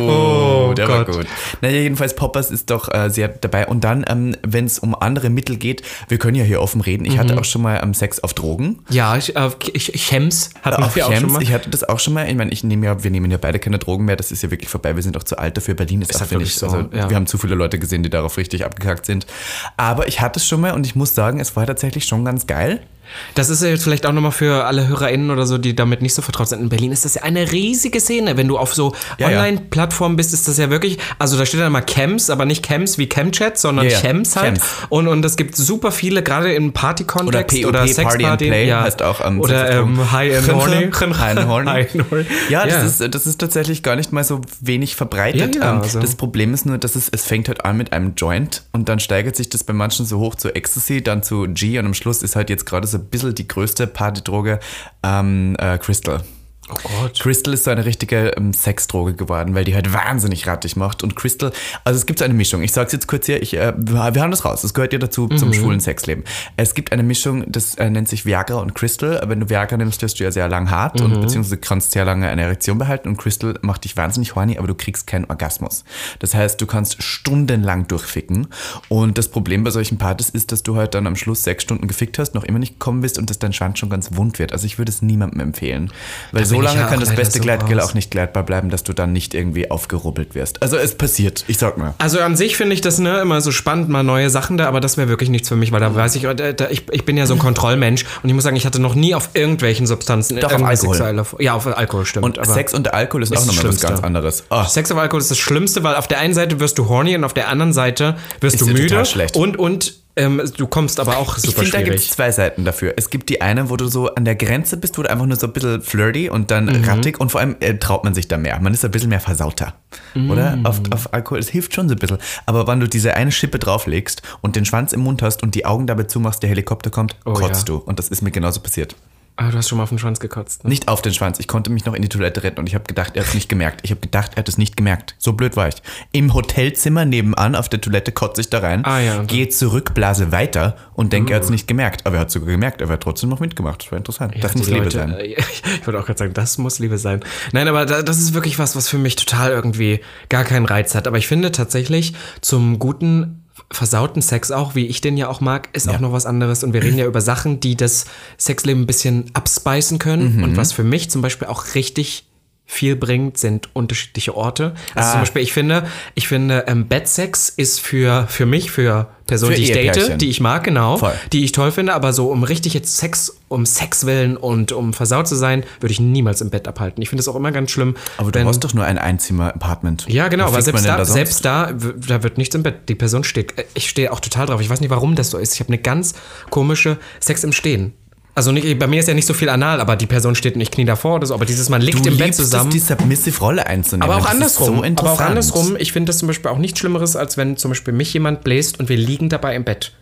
Oh, der Gott. war gut. Naja, jedenfalls Poppers ist doch äh, sehr dabei. Und dann, ähm, wenn es um andere Mittel geht, wir können ja hier offen reden. Mhm. Ich hatte auch schon mal ähm, Sex auf Drogen. Ja, ich, äh, ich, Chems hatten Äh, Auf wir auch schon Jams, mal. ich hatte das auch schon mal. Ich meine, ich nehme ja, wir nehmen ja beide keine Drogen mehr. Das ist ja wirklich vorbei. Wir sind auch zu alt dafür. Berlin ist, halt auch wirklich wirklich so, Also, ja. Wir haben zu viele Leute gesehen, die darauf richtig abgekackt sind. Aber ich hatte es schon mal und ich muss sagen, es war tatsächlich schon ganz geil. Das ist ja jetzt vielleicht auch nochmal für alle HörerInnen oder so, die damit nicht so vertraut sind. In Berlin ist das ja eine riesige Szene. Wenn du auf so Ja, ja. Online-Plattformen bist, ist das ja wirklich, also da steht dann immer Camps, aber nicht Camps wie Chemchat, sondern Ja, ja. Chems halt. Chems. Und, und es gibt super viele, gerade im Party-Kontext Oder oder, POP, Party Sexparty. and Play, ja. heißt auch, ähm, oder Sex auf Drogen. ähm, High and Horny. High and Horny. [laughs] High and Horny. Ja, das, Ist, das ist tatsächlich gar nicht mal so wenig verbreitet. Ja, ja, Ähm, also- Das Problem ist nur, dass es, es fängt halt an mit einem Joint und dann steigert sich das bei manchen so hoch zu Ecstasy, dann zu G und am Schluss ist halt jetzt gerade so ein bisschen die größte Partydroge ähm, äh, Crystal. Oh Gott. Crystal ist so eine richtige ähm, Sexdroge geworden, weil die halt wahnsinnig rattig macht. Und Crystal, also es gibt so eine Mischung. Ich sag's jetzt kurz hier, ich, äh, wir wir haben das raus. Das gehört ja dazu zum schwulen Sexleben. Es gibt eine Mischung, das äh, nennt sich Viagra und Crystal. Wenn du Viagra nimmst, wirst du ja sehr lang hart und beziehungsweise kannst sehr lange eine Erektion behalten. Und Crystal macht dich wahnsinnig horny, aber du kriegst keinen Orgasmus. Das heißt, du kannst stundenlang durchficken. Und das Problem bei solchen Partys ist, dass du halt dann am Schluss sechs Stunden gefickt hast, noch immer nicht gekommen bist und dass dein Schwanz schon ganz wund wird. Also ich würde es niemandem empfehlen. Weil Da so bin ich lange ja auch kann das leider beste so Gleitgel raus. auch nicht gleitbar bleiben, dass du dann nicht irgendwie aufgerubbelt wirst. Also es passiert, ich sag mal. Also an sich finde ich das ne, immer so spannend, mal neue Sachen da, aber das wäre wirklich nichts für mich, weil da weiß ich, äh, da, ich, ich bin ja [laughs] so ein Kontrollmensch und ich muss sagen, ich hatte noch nie auf irgendwelchen Substanzen Doch, auf irgendeine Alkohol. sexuelle Vor- Ja, auf Alkohol, stimmt. Und Sex und Alkohol ist, auch das nochmal was Schlimmste. ganz anderes. Oh, Sex auf Alkohol ist das Schlimmste, weil auf der einen Seite wirst du horny und auf der anderen Seite wirst du ja total müde schlecht. und und ähm, du kommst aber auch ich super finde, da gibt es schwierig. zwei Seiten dafür. Es gibt die eine, wo du so an der Grenze bist, wo du einfach nur so ein bisschen flirty und dann Mhm. rattig und vor allem äh, traut man sich da mehr. Man ist ein bisschen mehr versauter, oder? Mhm. Auf, auf Alkohol, es hilft schon so ein bisschen. Aber wenn du diese eine Schippe drauflegst und den Schwanz im Mund hast und die Augen dabei zumachst, der Helikopter kommt, kotzt Oh ja. du. Und das ist mir genauso passiert. Ah, du hast schon mal auf den Schwanz gekotzt. Ne? Nicht auf den Schwanz. Ich konnte mich noch in die Toilette retten und ich habe gedacht, er hat es nicht gemerkt. Ich habe gedacht, er hat es nicht gemerkt. So blöd war ich. Im Hotelzimmer nebenan auf der Toilette kotze ich da rein, Ah, ja, und dann- gehe zurück, blase weiter und denke, er hat es nicht gemerkt. Aber er hat sogar gemerkt, aber er hat trotzdem noch mitgemacht. Das war interessant. das Ja, muss die Liebe Leute, sein. äh, [laughs] Ich würde auch gerade sagen, das muss Liebe sein. Nein, aber da, das ist wirklich was, was für mich total irgendwie gar keinen Reiz hat. Aber ich finde tatsächlich zum guten versauten Sex auch, wie ich den ja auch mag, ist auch noch was anderes. Und wir reden ja über Sachen, die das Sexleben ein bisschen abspeisen Mhm. können. Und was für mich zum Beispiel auch richtig viel bringt, sind unterschiedliche Orte. Also Ah. zum Beispiel, ich finde, ich finde, ähm, Bettsex ist für, für mich, für Personen, Für die ich date, Ehepärchen. die ich mag, genau, Voll. die ich toll finde, aber so um richtig jetzt Sex, um Sex willen und um versaut zu sein, würde ich niemals im Bett abhalten. Ich finde es auch immer ganz schlimm. Aber du wenn, hast doch nur ein Einzimmer-Apartment. ja, genau, Wo aber fickt man selbst denn da, sonst? selbst da, w- da wird nichts im Bett. Die Person steht. äh, Ich stehe auch total drauf. Ich weiß nicht, warum das so ist. Ich habe eine ganz komische Sex im Stehen. Also nicht, bei mir ist ja nicht so viel anal, aber die Person steht und ich knie davor oder so. Aber dieses, man liegt du im Bett liebst es, zusammen. die Submissive-Rolle einzunehmen. Aber auch Das ist andersrum. So aber interessant. auch andersrum. Ich finde das zum Beispiel auch nichts Schlimmeres, als wenn zum Beispiel mich jemand bläst und wir liegen dabei im Bett.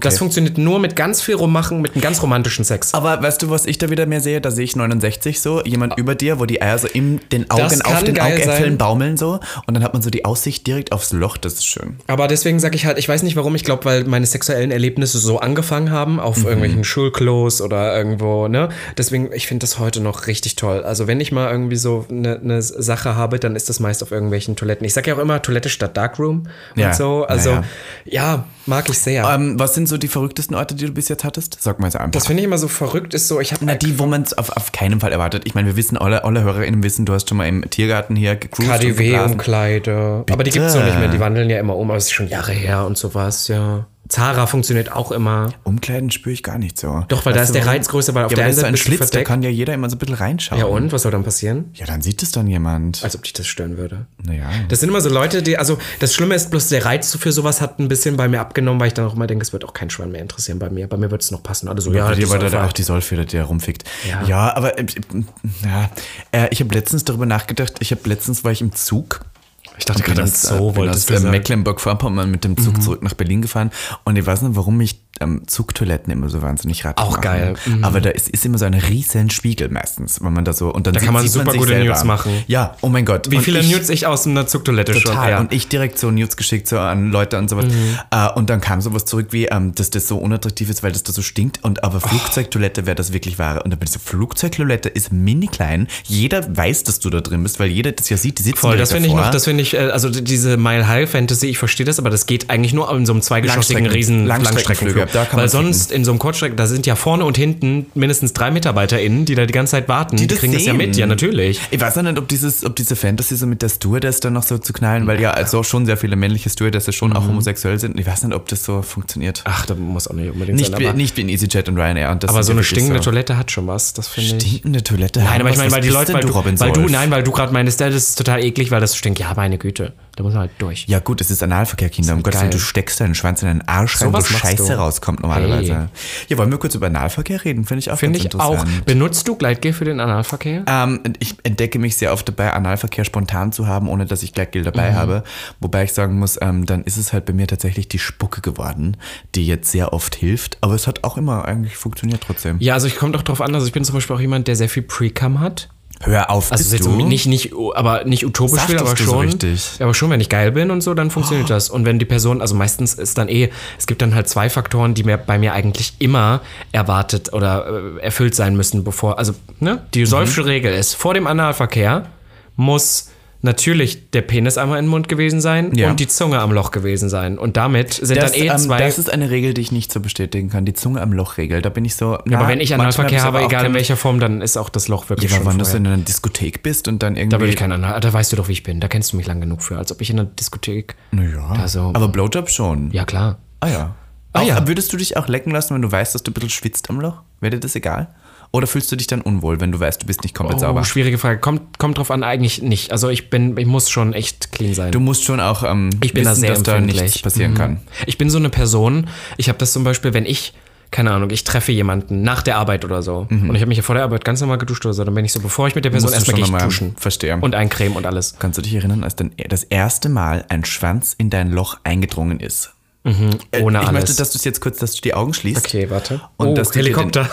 Das funktioniert nur mit ganz viel Rummachen, mit einem ganz romantischen Sex. Aber weißt du, was ich da wieder mehr sehe? Da sehe ich 69 so, jemand über dir, wo die Eier so in den Ah. Das Augen auf kann den geil Augäpfeln sein. baumeln so und dann hat man so die Aussicht direkt aufs Loch, das ist schön. Aber deswegen sage ich halt, ich weiß nicht warum, ich glaube, weil meine sexuellen Erlebnisse so angefangen haben, auf Mhm. irgendwelchen Schulklos oder irgendwo, ne? Deswegen, ich finde das heute noch richtig toll. Also wenn ich mal irgendwie so eine ne Sache habe, dann ist das meist auf irgendwelchen Toiletten. Ich sage ja auch immer Toilette statt Darkroom Ja, und so. Also naja. ja, mag ich sehr. Ähm, was sind so die verrücktesten Orte, die du bis jetzt hattest? Sag mal so einfach. das finde ich immer so verrückt, ist so, ich halt habe Na, die, wo man es auf, auf keinen Fall erwartet. Ich meine, wir wissen, alle, alle HörerInnen wissen, du hast schon mal im Tiergarten hier gecruised und geblasen. KDW-Umkleide. Aber die gibt es Bitte. so nicht mehr, die wandeln ja immer um, aber es ist schon Jahre her und sowas, ja. Zara funktioniert auch immer. Umkleiden spüre ich gar nicht so. Doch, weil da ist der Reiz größer, weil auf ja, der aber einen das ist so Seite ein bist du Schlitz, da verdeckt. kann ja jeder immer so ein bisschen reinschauen. Ja und, Also- was soll dann passieren? Ja, dann sieht es dann jemand. Als ob dich das stören würde. naja. Das sind immer so Leute, die, also das Schlimme ist bloß, der Reiz für sowas hat ein bisschen bei mir abgenommen, weil ich dann auch immer denke, es wird auch kein Schwein mehr interessieren bei mir. Bei mir wird es noch passen. Alle so, ja, Ja, die das war ist da auch auch die Sollfeder, die da rumfickt. Ja, Ja. aber äh, ja, äh, ich habe letztens darüber nachgedacht, ich habe letztens war ich im Zug. Ich dachte gerade, das das Mhm. so wolltest du aus äh, sagen. Mecklenburg-Vorpommern mit dem Zug zurück nach Berlin gefahren und ich weiß nicht, warum mich ähm, Zugtoiletten immer so wahnsinnig raten. Auch geil. Mhm. Aber da ist, ist immer so ein riesen Spiegel meistens, wenn man da so und dann Da kann man super gute Nudes machen. Ja, oh mein Gott. Wie Und viele ich- Nudes ich aus einer Zugtoilette schon? Total. Ja. Mhm. Und ich direkt so News geschickt so an Leute und sowas. Äh, und dann kam sowas zurück wie, ähm, dass das so unattraktiv ist, weil das da so stinkt. Und Oh. aber Flugzeugtoilette wäre das wirklich wahre. Und dann bin ich so, Flugzeugtoilette ist mini klein. Jeder weiß, dass du da drin bist, weil jeder das ja sieht. Die sitzen Voll, direkt das finde ich davor. noch, das finde ich, äh, also d- diese Mile High Fantasy, ich verstehe das, aber das geht eigentlich nur in so einem zweigeschossigen Langstrecken- riesen Langstreckenflug, Langstreckenflug. da kann man Weil ficken. sonst in so einem Kurzstrecken, da sind ja vorne und hinten mindestens drei MitarbeiterInnen, die da die ganze Zeit warten. Die, das kriegen das ja sehen. mit, ja natürlich. Ich weiß auch nicht, ob, dieses, ob diese Fantasy so mit der Stewardess dann noch so zu knallen, weil ja also schon sehr viele männliche Stewardesses schon auch homosexuell sind. Ich weiß nicht, ob das so funktioniert. Mhm. Ach, da muss auch nicht unbedingt Nicht, sein. wie- Aber, nicht wie in EasyJet und Ryanair. Und das aber sind so ja eine wirklich stinkende so- Toilette hat schon was, das finde ich. Stinkende Toilette. Nein, aber ich Was- meine, was weil die bist Leute, denn weil du, du, Robin weil du, Solf? nein, weil du gerade meinst, das ist total eklig, weil das stinkt. Ja, meine Güte, da muss man halt durch. Ja gut, es ist Analverkehr, Kinder. Um Gottes Willen, du geil. steckst deinen Schwanz in deinen Arsch rein, wo was machst Scheiße du. rauskommt normalerweise. Ey. Ja, wollen wir kurz über Analverkehr reden? Finde ich auch Finde ganz ich auch. interessant. Benutzt du Gleitgel für den Analverkehr? Ähm, und ich entdecke mich sehr oft dabei, Analverkehr spontan zu haben, ohne dass ich Gleitgel Mhm. dabei habe. Wobei ich sagen muss, ähm, dann ist es halt bei mir tatsächlich die Spucke geworden, die jetzt sehr oft hilft. Aber es hat auch immer eigentlich funktioniert trotzdem. Ja, also ich komme doch drauf an. Also ich bin zum Beispiel auch jemand, der sehr viel Pre-Cum hat. Hör auf, Also ist jetzt nicht, nicht, aber nicht utopisch Saftest will, aber du schon. so richtig? Oh. Aber schon, wenn ich geil bin und so, dann funktioniert das. Und wenn die Person, also meistens ist dann eh, es gibt dann halt zwei Faktoren, die mir bei mir eigentlich immer erwartet oder äh, erfüllt sein müssen, bevor, also, ne? Mhm. Die solche Regel ist, vor dem Analverkehr muss natürlich der Penis einmal in den Mund gewesen sein Ja. und die Zunge am Loch gewesen sein. Und damit sind Das, dann eh ähm, zwei. das ist eine Regel, die ich nicht so bestätigen kann. Die Zunge am Loch-Regel. Da bin ich so. Ja, aber wenn ich Analverkehr habe, egal in welcher Form, dann ist auch das Loch wirklich Ja, schon aber wenn du so frei. in einer Diskothek bist und dann irgendwie. Da würde ich keinen Anhalt. Da weißt du doch, wie ich bin. Da kennst du mich lang genug für, als ob ich in einer Diskothek. Naja. Also- aber Blowjob schon. Ja, klar. Ah ja. Ah auch, ja. Würdest du dich auch lecken lassen, wenn du weißt, dass du ein bisschen schwitzt am Loch? Wäre dir das egal? Oder fühlst du dich dann unwohl, wenn du weißt, du bist nicht komplett Oh, sauber? schwierige Frage. Kommt, kommt drauf an, eigentlich nicht. Also ich bin, ich muss schon echt clean sein. Du musst schon auch ähm, ich bin da sehr dass da nichts empfindlich. passieren Mhm. kann. Ich bin so eine Person, ich habe das zum Beispiel, wenn ich, keine Ahnung, ich treffe jemanden nach der Arbeit oder so. Und ich habe mich ja vor der Arbeit ganz normal geduscht oder so. Dann bin ich so, bevor ich mit der Person Mhm. Musst du erstmal gehe schon ich nochmal duschen. verstehen. Und eincremen und alles. Kannst du dich erinnern, als dann e- das erste Mal ein Schwanz in dein Loch eingedrungen ist? Äh, Ohne ich alles. möchte, dass du es jetzt kurz, dass du die Augen schließt. okay, warte. Und oh, dass du dir Helikopter.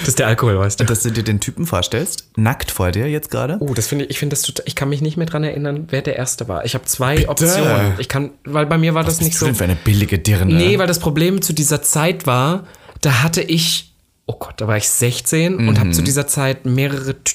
das ist der Alkohol, weißt du. [laughs] Dass du dir den Typen vorstellst, nackt vor dir jetzt gerade. Oh, das finde ich, ich finde das total, ich kann mich nicht mehr dran erinnern, wer der Erste war. Ich habe zwei Optionen. Ich kann, weil bei mir war das nicht Bist so. du denn für eine billige Dirne? Nee, weil das Problem zu dieser Zeit war, da hatte ich, oh Gott, da war ich 16 und habe zu dieser Zeit mehrere. T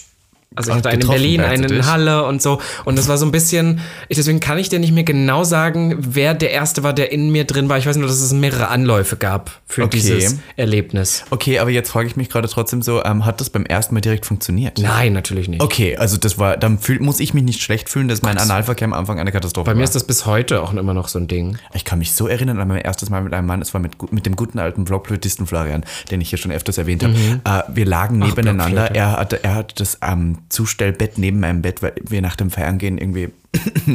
also ich Ach, hatte einen in Mhm. getroffen, Berlin, meinst einen du in dich? Halle und so. Und das war so ein bisschen, ich, deswegen kann ich dir nicht mehr genau sagen, wer der Erste war, der in mir drin war. Ich weiß nur, dass es mehrere Anläufe gab für Okay. dieses Erlebnis. Okay, aber jetzt frage ich mich gerade trotzdem so, ähm, hat das beim ersten Mal direkt funktioniert? Nein, natürlich nicht. Okay, also das war, dann fühl, muss ich mich nicht schlecht fühlen, dass mein Analverkehr am Anfang eine Katastrophe Bei mir war. ist das bis heute auch immer noch so ein Ding. ich kann mich so erinnern an mein erstes Mal mit einem Mann, es war mit, gu- mit dem guten alten Blockflötisten Florian, den ich hier schon öfters erwähnt habe. Äh, wir lagen nebeneinander, Mhm. Blockflöte. er hatte, er hatte das ähm, Zustellbett neben [clears throat] meinem Bett, weil wir nach dem Feiern gehen irgendwie,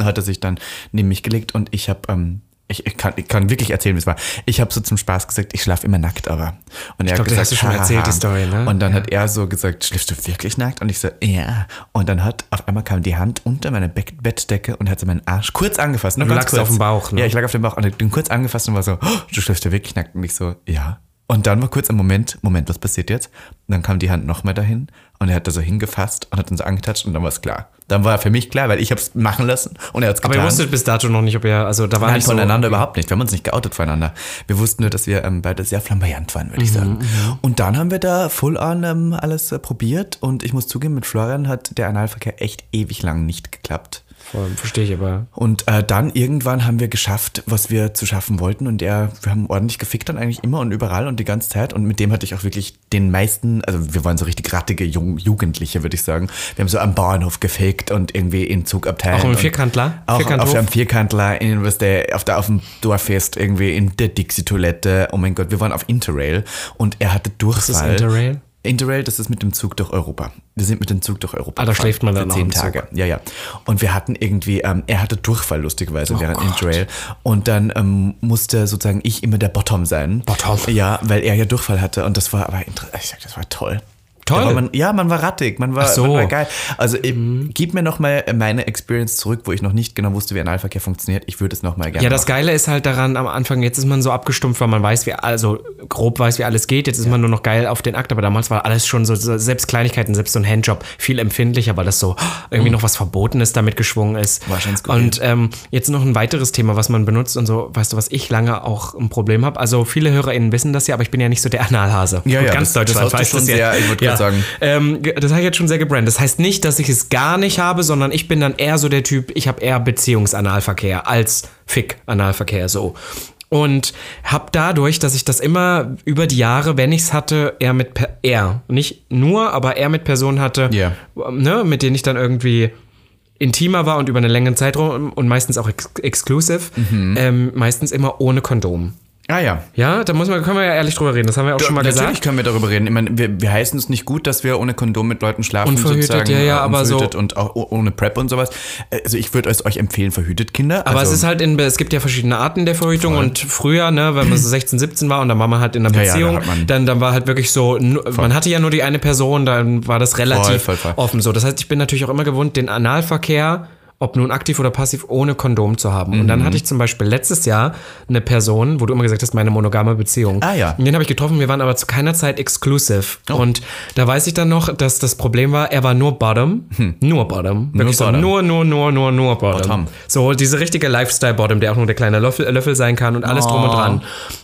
hat er sich dann neben mich gelegt und ich habe ähm, ich, ich, kann, ich kann wirklich erzählen, wie es war. Ich habe so zum Spaß gesagt, ich schlafe immer nackt, aber. Und er glaub, das hast du schon "Hahaha." erzählt, die Story, ne? Und dann hat er so gesagt, schläfst du wirklich nackt? Und ich so, ja. Und dann hat auf einmal kam die Hand unter meine Be Bettdecke und hat so meinen Arsch kurz angefasst. Nur Du ganz lagst kurz. auf dem Bauch, ne? Ja, ich lag auf dem Bauch und hat den kurz angefasst und war so, oh, du schläfst ja wirklich nackt. Und ich so, ja. Und dann war kurz ein Moment, Moment, was passiert jetzt? Und dann kam die Hand nochmal dahin und er hat da so hingefasst und hat uns so angetatscht und dann war es klar. Dann war für mich klar, weil ich habe es machen lassen und er hat es getan. Aber ihr wusstet bis dato noch nicht, ob ihr, also da war Nein, nicht so, voneinander überhaupt nicht. Wir haben uns nicht geoutet voneinander. Wir wussten nur, dass wir ähm, beide sehr flamboyant waren, würde ich sagen. Und dann haben wir da full on ähm, alles äh, probiert und ich muss zugeben, mit Florian hat der Analverkehr echt ewig lang nicht geklappt. Voll, verstehe ich aber. Und äh, dann irgendwann haben wir geschafft, was wir zu schaffen wollten. Und er, wir haben ordentlich gefickt dann eigentlich immer und überall und die ganze Zeit. Und mit dem hatte ich auch wirklich den meisten, also wir waren so richtig rattige Jung Jugendliche, würde ich sagen. Wir haben so am Bauernhof gefickt und irgendwie in Zugabteilen. Auch im und- Vierkantler? Auch Vierkanthof? auf einem Vierkantler, in, was der, auf, der, auf dem Dorffest irgendwie in der Dixie-Toilette. Oh mein Gott, wir waren auf Interrail und er hatte Durchfall. ist Interrail? Interrail, das ist mit dem Zug durch Europa. Wir sind mit dem Zug durch Europa. Ah, da gefahren schläft man dann für auch zehn im Zug. Tage. Ja, ja. Und wir hatten irgendwie, ähm, er hatte Durchfall lustigerweise Oh während Interrail. Und dann ähm, musste sozusagen ich immer der Bottom sein. Bottom. Ja, weil er ja Durchfall hatte. Und das war aber interessant. Ich sag, das war toll. Toll. Da War man, ja, man war rattig, man war, Ach so. Mhm. man war geil. Also ich- gib mir nochmal meine Experience zurück, wo ich noch nicht genau wusste, wie Analverkehr funktioniert. Ich würde es nochmal gerne Ja, das Geile ist halt daran, am Anfang, jetzt ist man so abgestumpft, weil man weiß, wie, also grob weiß, wie alles geht. Jetzt ist man nur noch geil auf den Akt, aber damals war alles schon so, so selbst Kleinigkeiten, selbst so ein Handjob viel empfindlicher, weil das so irgendwie noch was Verbotenes damit geschwungen ist. Mhm. War schon skurril. Und ähm, jetzt noch ein weiteres Thema, was man benutzt und so, weißt du, was ich lange auch ein Problem habe. Also viele HörerInnen wissen das ja, aber ich bin ja nicht so der Analhase. Ja, Und ja, ganz das- das Deutschland hast du weiß schon das ja. sehr, ich würd grad sagen. Ähm, ge- das habe ich jetzt schon sehr gebrannt. Das heißt nicht, dass ich es gar nicht habe, sondern ich bin dann eher so der Typ, ich habe eher Beziehungsanalverkehr als Fick-Analverkehr so. Und habe dadurch, dass ich das immer über die Jahre, wenn ich es hatte, eher mit, Per- eher, nicht nur, aber eher mit Personen hatte, Ja. ne, mit denen ich dann irgendwie intimer war und über einen längeren Zeitraum und meistens auch ex exclusive, Mhm. ähm, meistens immer ohne Kondom. Ah ja. Ja, da muss man, können wir ja ehrlich drüber reden, das haben wir auch schon mal Natürlich gesagt. können wir darüber reden. Ich meine, wir, wir heißen es nicht gut, dass wir ohne Kondom mit Leuten schlafen. Unverhütet, sozusagen, ja, ja, äh, aber so- unverhütet Und auch oh- ohne Prep und sowas. Also ich würde es euch empfehlen, verhütet Kinder. Aber also, es ist halt in, es gibt ja verschiedene Arten der Verhütung und früher, ne, wenn man so 16, 17 war und dann war man halt in einer ja, da Beziehung, hat man- dann, dann war halt wirklich so, nu- man hatte ja nur die eine Person, dann war das relativ voll, voll. offen so. Das heißt, ich bin natürlich auch immer gewohnt, den Analverkehr, ob nun aktiv oder passiv, ohne Kondom zu haben. Mhm. Und dann hatte ich zum Beispiel letztes Jahr eine Person, wo du immer gesagt hast, meine monogame Beziehung. Ah, ja. Oh. Und den habe ich getroffen, wir waren aber zu keiner Zeit exclusive. Und da weiß ich dann noch, dass das Problem war, er war nur Bottom, nur Bottom, wirklich so, Hm. Bottom. nur, nur, nur, nur, nur Bottom. Bottom. So, diese richtige Lifestyle-Bottom, der auch nur der kleine Löffel, Löffel sein kann und alles drum und dran.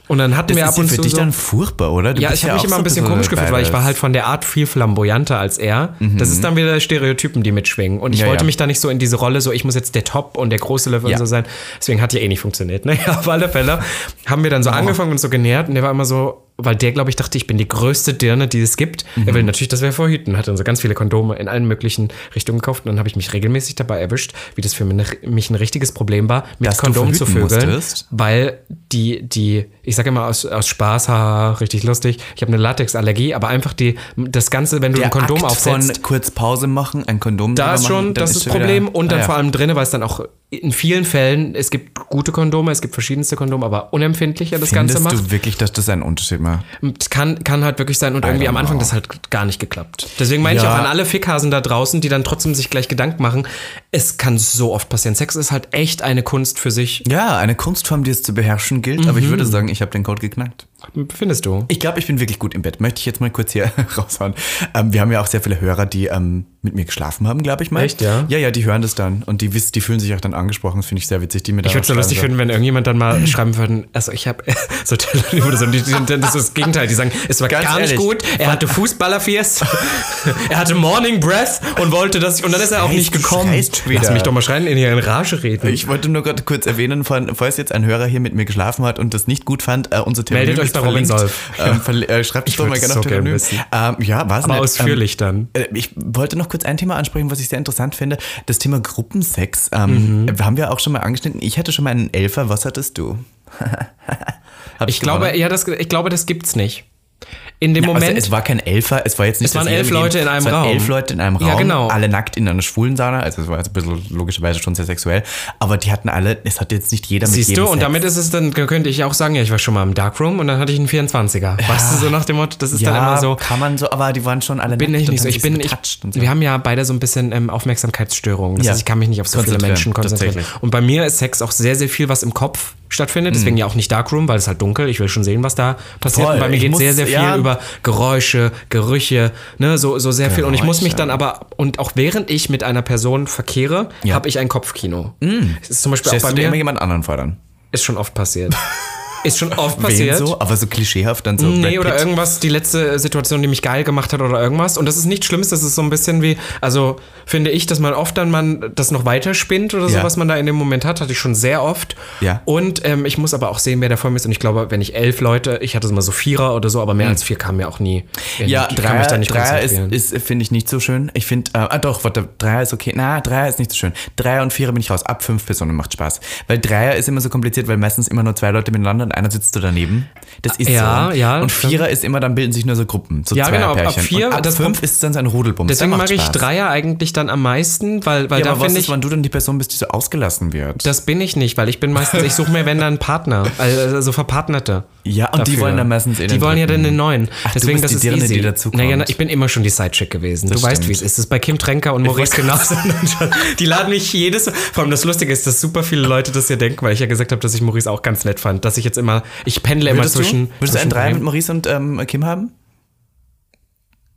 Und dann hatten Oh. das wir ist ab ja und für zu dich so, dann furchtbar, oder? Du ja, bist ich habe mich auch immer so ein bisschen komisch so gefühlt, weil ich war beides. halt von der Art viel flamboyanter als er. Das ist dann wieder Stereotypen, die mitschwingen. Und ich Mhm. Ja, wollte ja. mich da nicht so in diese Rolle, so ich muss jetzt der Top und der große Löffel Ja. und so sein. Deswegen hat ja eh nicht funktioniert. Ne? [laughs] Auf alle Fälle haben wir dann so angefangen und so genähert und der war immer so, weil der, glaube ich, dachte, ich bin die größte Dirne, die es gibt. Mhm. Er will natürlich, dass wir verhüten. Hat dann so ganz viele Kondome in allen möglichen Richtungen gekauft. Und dann habe ich mich regelmäßig dabei erwischt, wie das für mich mich ein richtiges Problem war, mit Dass du Kondom zu verhüten vögeln. musstest? Weil die, die, ich sage immer aus, aus Spaß, haha, richtig lustig, ich habe eine Latexallergie, aber einfach die, das Ganze, wenn du Der ein Kondom Akt aufsetzt, von kurz Pause machen, ein Kondom da drüber ist machen, schon, dann das ist schon das Problem. wieder- und Ah dann ja. vor allem drinne, weil es dann auch in vielen Fällen, es gibt gute Kondome, es gibt verschiedenste Kondome, aber unempfindlicher das Findest Ganze macht. du wirklich, dass das einen Unterschied macht? Kann, kann halt wirklich sein und irgendwie don't am Anfang know. das hat gar nicht geklappt. Deswegen meine ich Ja. auch an alle Fickhasen da draußen, die dann trotzdem sich gleich Gedanken machen, es kann so oft passieren. Sex ist halt echt eine Kunst für sich. Ja, eine Kunstform, die es zu beherrschen gilt, aber Mhm. ich würde sagen, ich habe den Code geknackt. Findest du? Ich glaube, ich bin wirklich gut im Bett. Möchte ich jetzt mal kurz hier [laughs] raushauen. Ähm, wir haben ja auch sehr viele Hörer, die ähm, mit mir geschlafen haben, glaube ich mal. Echt, ja? Ja, ja, die hören das dann. Und die wissen, die fühlen sich auch dann angesprochen. Das finde ich sehr witzig. Die mir Ich würde es so lustig finden, wenn irgendjemand dann mal schreiben würde, also ich habe [laughs] so Talent oder so, und die, die, dann ist das Gegenteil, die sagen, es war Ganz gar nicht ehrlich. gut, er hatte Fußballerfies, [laughs] er hatte Morning Breath und wollte das, und dann ist er auch Scheiß- nicht gekommen. scheißt wieder. Lass mich doch mal schreien, in ihren Rage reden. Ich wollte nur gerade kurz erwähnen, von, falls jetzt ein Hörer hier mit mir geschlafen hat und das nicht gut fand, äh, unser Termin Meldet euch bei Robin Solf. Ähm, verli- äh, schreibt es doch mal würd's gerne so auf gern Telonym. wissen. Ähm, ja, war es Aber ausführlich dann. Äh, Ich wollte noch kurz ein Thema ansprechen, was ich sehr interessant finde. Das Thema Gruppensex ähm, Mhm. haben wir auch schon mal angeschnitten. Ich hatte schon mal einen Elfer. Was hattest du? [laughs] Hab Ich glaube, ja, das, ich glaube, das gibt's nicht. In dem Ja, Moment. Also es war kein Elfer, es war jetzt nicht Es waren dass jeder elf mit jedem- Leute in einem es waren Raum. elf Leute in einem Raum, Ja, genau. alle nackt in einer schwulen Sauna, also es war jetzt ein bisschen logischerweise schon sehr sexuell, aber die hatten alle, es hat jetzt nicht jeder mit Siehst jedem du, und Sex. damit ist es dann, könnte ich auch sagen, ja, ich war schon mal im Darkroom und dann hatte ich einen 24er. Weißt du, so nach dem Motto, das ist ja, dann immer so, kann man so, aber die waren schon alle bin nackt ich und nicht so, haben ich sich bin, ich, betatscht und so. wir haben ja beide so ein bisschen ähm, Aufmerksamkeitsstörungen. Das Ja. heißt, ich kann mich nicht auf so viele Konzentrieren, Menschen konzentrieren. tatsächlich. Mhm. Und bei mir ist Sex auch sehr, sehr viel, was im Kopf stattfindet. Deswegen ja auch nicht Darkroom, weil es halt dunkel. Ich will schon sehen, was da passiert. Voll, Und bei mir ich geht muss- sehr, sehr viel ja. über Geräusche, Gerüche, ne, so, so sehr viel. Und ich muss mich Geräusche. dann aber, und auch während ich mit einer Person verkehre, Ja. habe ich ein Kopfkino. Es ist zum Beispiel Stellst auch du bei dir mir. immer jemand anderen fordern? Ist schon oft [laughs] passiert. Ist schon oft passiert. Wen so? Aber so klischeehaft dann so Brad Nee, Pitt. oder irgendwas, die letzte äh, Situation, die mich geil gemacht hat oder irgendwas. Und das ist nichts Schlimmes, das ist so ein bisschen wie, also finde ich, dass man oft dann man das noch weiter spinnt oder so, Ja. was man da in dem Moment hat, hatte ich schon sehr oft. Ja. Und ähm, ich muss aber auch sehen, wer da vor mir ist. Und ich glaube, wenn ich elf Leute, ich hatte immer so Vierer oder so, aber mehr als vier kam mir auch nie. in- Hm. Ja, ich Dreier, Dreier ist, konzentrieren. ist finde ich, nicht so schön. Ich finde, äh, ah doch, warte, Dreier ist okay. Na, Dreier ist nicht so schön. Dreier und Vierer bin ich raus. Ab fünf Personen macht Spaß. Weil Dreier ist immer so kompliziert, weil meistens immer nur zwei Leute miteinander und einer sitzt so daneben. Das ist Ja, so. ja, und stimmt. Vierer ist immer, dann bilden sich nur so Gruppen, so Ja, genau, ab- ab Zweierpärchen. vier, und ab das fünf ist dann so ein Rudelbums. Deswegen da mag ich Spaß. Dreier eigentlich dann am meisten, weil, weil Ja, da aber was finde ist, ich. wenn du dann die Person bist, die so ausgelassen wird? Das bin ich nicht, weil ich bin meistens, ich suche mir, wenn dann Partner, also so Verpartnerte. Ja, und die wollen dann meistens eh eh Die den wollen ja dritten. dann den neuen. Ach, du Deswegen, bist das die ist Dirne, easy. die dazukommt. Naja, na, ich bin immer schon die Sidechick gewesen. du Das weißt, wie es stimmt. ist. Das ist bei Kim Tränker und Maurice genauso. [laughs] die laden mich jedes Vor allem das Lustige ist, dass super viele Leute das hier denken, weil ich ja gesagt habe, dass ich Maurice auch ganz nett fand. Dass ich jetzt immer, ich pendle immer würdest zwischen. du, würdest du einen zwischen Dreier mit Bremen- Maurice und ähm, Kim haben?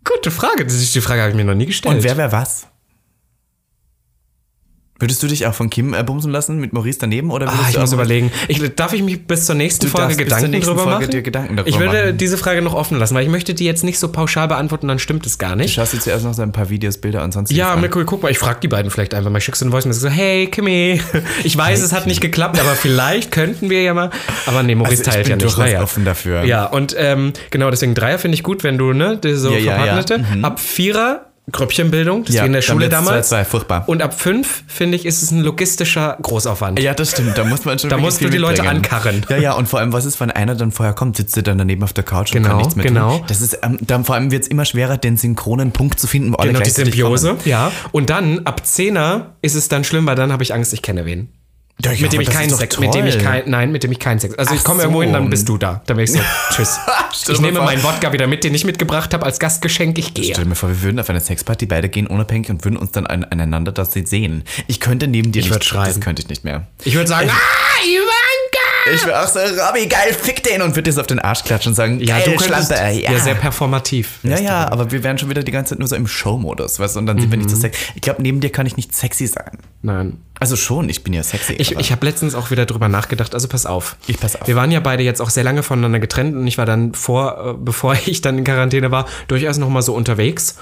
Gute Frage. Das ist, die Frage habe ich mir noch nie gestellt. Und wer wäre was? Würdest du dich auch von Kim äh, bumsen lassen, mit Maurice daneben? Oder würdest Ah, ich du muss auch- überlegen. Ich, darf ich mich bis zur nächsten Du Folge darfst bis zur Gedanken nächsten drüber Folge machen? dir Gedanken darüber ich würde machen. diese Frage noch offen lassen, weil ich möchte die jetzt nicht so pauschal beantworten, dann stimmt es gar Du nicht. schaust dir zuerst noch so ein paar Videos, Bilder und sonstiges Ja, an. Mirko, guck mal, ich frage die beiden vielleicht einfach mal. Schickst du einen Voice und so, hey, Kimmy. [laughs] Ich weiß, es hat nicht geklappt, aber vielleicht könnten wir ja mal. Aber nee, Maurice Also ich teilt bin ja nicht. durchaus Naja. offen dafür. Ja, und ähm, genau, deswegen Dreier finde ich gut, wenn du, ne, die so Ja, ja, ja. Verpartnete. Ab Vierer, Gröppchenbildung, das Ja, war in der Schule dann damals. wird's zwei, zwei, furchtbar. Und ab fünf, finde ich, ist es ein logistischer Großaufwand. Ja, das stimmt. Da muss man [laughs] schon Da wirklich musst viel du die Leute mitbringen. ankarren. Ja, ja. Und vor allem, was ist, wenn einer dann vorher kommt, sitzt er dann daneben auf der Couch und Genau, kann nichts mehr genau. tun? Das ist, ähm, dann vor allem wird es immer schwerer, den synchronen Punkt zu finden, wo alle Genau, die gleichzeitig Symbiose. kommen. Ja. Und dann, ab Zehner ist es dann schlimm, weil dann habe ich Angst, ich kenne wen. Ja, ja, Mit dem aber ich das ist keinen doch Sex, mit dem ich toll. kein, nein, mit dem ich keinen Sex. Also ich Ach komme so. irgendwo hin, dann bist du da. Dann bin ich [laughs] so, tschüss. ich Stell dir mal nehme vor- meinen Wodka wieder mit, den ich mitgebracht habe, als Gastgeschenk, ich gehe. Stell dir mal vor, wir würden auf eine Sexparty beide gehen unabhängig und würden uns dann an, aneinander das sehen. Ich könnte neben dir ich würd nicht schreien. Das könnte ich nicht mehr. Ich würde sagen, ah, Ivanka! Ich wäre auch so, Robby, geil, fick den und würde jetzt auf den Arsch klatschen und sagen, Ja, du geil, könntest, Schlampe, ja. ja. sehr performativ. ja, ja, aber wir wären schon wieder die ganze Zeit nur so im Show-Modus, weißt du, und dann sind wir nicht so sexy. Ich glaube, neben dir kann ich nicht sexy sein. Nein. Also schon, ich bin ja sexy. Ich, aber- ich habe letztens auch wieder drüber nachgedacht, also pass auf. Ich pass auf. Wir waren ja beide jetzt auch sehr lange voneinander getrennt und ich war dann vor, äh, bevor [laughs] ich dann in Quarantäne war, durchaus nochmal so unterwegs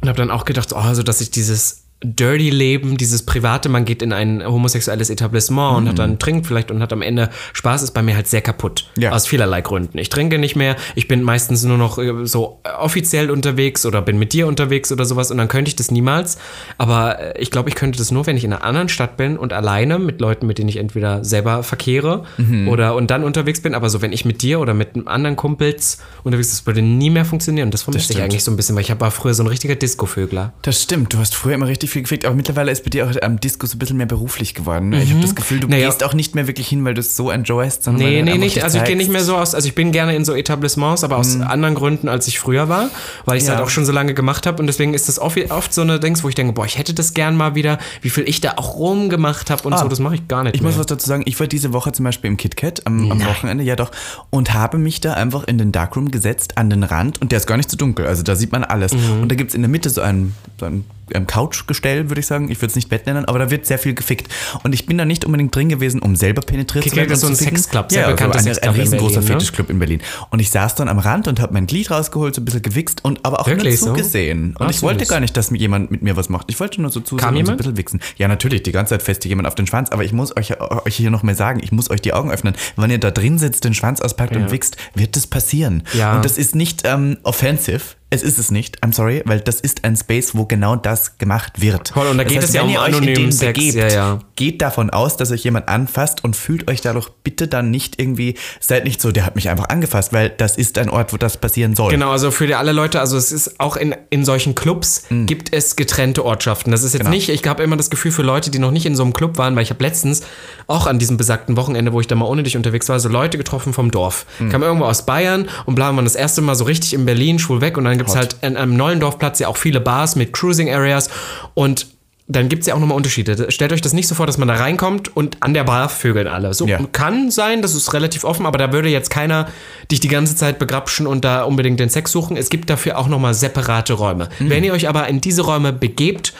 und habe dann auch gedacht, so, oh, so dass ich dieses dirty Leben, dieses private, man geht in ein homosexuelles Etablissement und hat dann trinkt vielleicht und hat am Ende Spaß, ist bei mir halt sehr kaputt. Ja. Aus vielerlei Gründen. Ich trinke nicht mehr, ich bin meistens nur noch äh, so äh, offiziell unterwegs oder bin mit dir unterwegs oder sowas und dann könnte ich das niemals. Aber äh, ich glaube, ich könnte das nur, wenn ich in einer anderen Stadt bin und alleine mit Leuten, mit denen ich entweder selber verkehre oder und dann unterwegs bin. Aber so, wenn ich mit dir oder mit einem anderen Kumpels unterwegs bin, das würde nie mehr funktionieren. Das vermisse ich stimmt. eigentlich so ein bisschen, weil ich war früher so ein richtiger Disco-Vögler. das stimmt, du hast früher immer richtig viel gefickt, aber mittlerweile ist bei dir auch am Disco so ein bisschen mehr beruflich geworden. Ich habe das Gefühl, du Naja. gehst auch nicht mehr wirklich hin, weil du es so enjoyst, sondern weil Nee, du nee, einfach nicht. dich Also ich gehe zeigst. nicht mehr so aus. Also ich bin gerne in so Etablissements, aber aus anderen Gründen, als ich früher war, weil ich es Ja. halt auch schon so lange gemacht habe. Und deswegen ist das oft, oft so eine Dings, wo ich denke, boah, ich hätte das gern mal wieder, wie viel ich da auch rumgemacht habe und so, das mache Ah. ich gar nicht Ich mehr. muss was dazu sagen, ich war diese Woche zum Beispiel im KitKat am, am Wochenende, ja doch, und habe mich da einfach in den Darkroom gesetzt, an den Rand, und der ist gar nicht so dunkel, also da sieht man alles. Mhm. Und da gibt es in der Mitte so ein, so ein, ein Couchgestell, würde ich sagen, ich würde es nicht Bett nennen, aber da wird sehr viel gefickt. Und ich bin da nicht unbedingt drin gewesen, um selber penetriert KitKat ist und so ein zu ficken. Sexclub, sehr ja, bekannter so ein, Sexclub ein in riesengroßer Berlin, ne? Fetischclub in Berlin. Und ich saß dann am Rand und habe mein Glied rausgeholt, so ein bisschen gewichst und aber auch Wirklich so? nur zugesehen. Und Ach, ich wollte süß. gar nicht, dass mir jemand mit mir was macht. Ich wollte nur so zusehen Kam und so jemand? ein bisschen wichsen. Ja, natürlich, die ganze Zeit feste jemand auf den Schwanz, aber ich muss euch, euch hier noch mehr sagen, ich muss euch die Augen öffnen. Wenn ihr da drin sitzt, den Schwanz auspackt Ja. und wichst, wird das passieren. Ja. Und das ist nicht ähm, offensive. Es ist es nicht, I'm sorry, weil das ist ein Space, wo genau das gemacht wird. Voll, und da geht es ja wenn um ihr euch in anonymen den Sex, begebt, ja, ja. Geht davon aus, dass euch jemand anfasst und fühlt euch dadurch bitte dann nicht irgendwie, seid nicht so, der hat mich einfach angefasst, weil das ist ein Ort, wo das passieren soll. Genau, also für die alle Leute, also es ist auch in, in solchen Clubs gibt es getrennte Ortschaften. Das ist jetzt nicht, ich habe immer das Gefühl für Leute, die noch nicht in so einem Club waren, weil ich habe letztens auch an diesem besagten Wochenende, wo ich da mal ohne dich unterwegs war, so Leute getroffen vom Dorf. Kam irgendwo aus Bayern und bleiben waren das erste Mal so richtig in Berlin, schwul weg und dann gibt es halt an einem neuen Dorfplatz ja auch viele Bars mit Cruising Areas und dann gibt es ja auch nochmal Unterschiede. Stellt euch das nicht so vor, dass man da reinkommt und an der Bar vögeln alle. So Ja. kann sein, das ist relativ offen, aber da würde jetzt keiner dich die ganze Zeit begrapschen und da unbedingt den Sex suchen. Es gibt dafür auch nochmal separate Räume. Mhm. Wenn ihr euch aber in diese Räume begebt,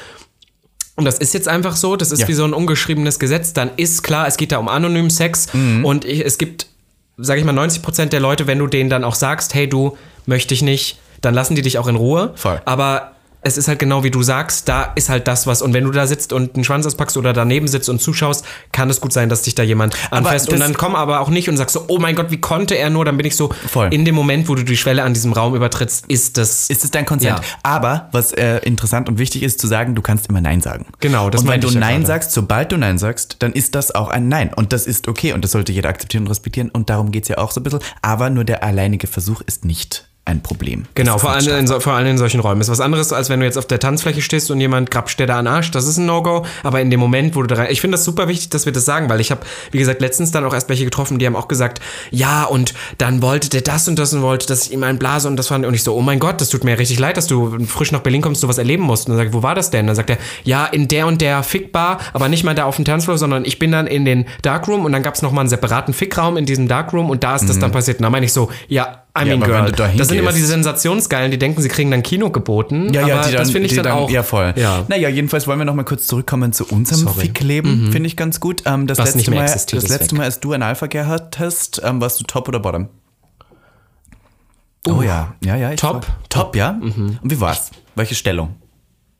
und das ist jetzt einfach so, das ist Ja. wie so ein ungeschriebenes Gesetz, dann ist klar, es geht da um anonymen Sex Mhm. und ich, es gibt, sag ich mal, 90% der Leute, wenn du denen dann auch sagst, hey du, möchte ich nicht, dann lassen die dich auch in Ruhe. Voll. Aber es ist halt genau wie du sagst, da ist halt das was. Und wenn du da sitzt und einen Schwanz auspackst oder daneben sitzt und zuschaust, kann es gut sein, dass dich da jemand anfasst. Und das- dann komm aber auch nicht und sagst so, oh mein Gott, wie konnte er nur? Dann bin ich so, Voll. in dem Moment, wo du die Schwelle an diesem Raum übertrittst, ist das. ist es dein Consent. Ja. Aber was äh, interessant und wichtig ist zu sagen, du kannst immer Nein sagen. Genau, das Und wenn meinte du ich ja Nein gerade. sagst, sobald du Nein sagst, dann ist das auch ein Nein. Und das ist okay und das sollte jeder akzeptieren und respektieren. Und darum geht's ja auch so ein bisschen. Aber nur der alleinige Versuch ist nicht ein Problem. Genau, Das ist vor nicht allem, in, so- vor allem in solchen Räumen. Ist was anderes, als wenn du jetzt auf der Tanzfläche stehst und jemand grapscht dir da an den Arsch. Das ist ein No-Go. Aber in dem Moment, wo du da rein. Ich finde das super wichtig, dass wir das sagen, weil ich habe, wie gesagt, letztens dann auch erst welche getroffen, die haben auch gesagt, ja, und dann wollte der das und das und wollte, dass ich ihm einen blase und das fand. Und ich so, oh mein Gott, das tut mir richtig leid, dass du frisch nach Berlin kommst und sowas erleben musst. Und dann sag ich, wo war das denn? Dann sagt er, ja, in der und der Fickbar, aber nicht mal da auf dem Tanzfloor, sondern ich bin dann in den Darkroom und dann gab es nochmal einen separaten Fickraum in diesem Darkroom und da ist das dann passiert. Und da meine ich so, ja, I mean, Mhm. aber wenn girl. du da Das sind immer hingehst- diese Sensationsgeilen, die denken, sie kriegen dann Kino geboten. Ja, aber ja, die dann, das finde ich die dann, auch. Ja, voll. Ja. Naja, jedenfalls wollen wir noch mal kurz zurückkommen zu unserem Fickleben. Finde ich ganz gut. Ähm, das Mhm. Was letzte nicht mehr Mal, existiert, ist das letzte weg. Mal, als du Analverkehr hattest, ähm, warst du Top oder Bottom? Oh ja, ja, ja. ich Top. Mhm. war- Top, ja. Und wie war's? Welche Stellung?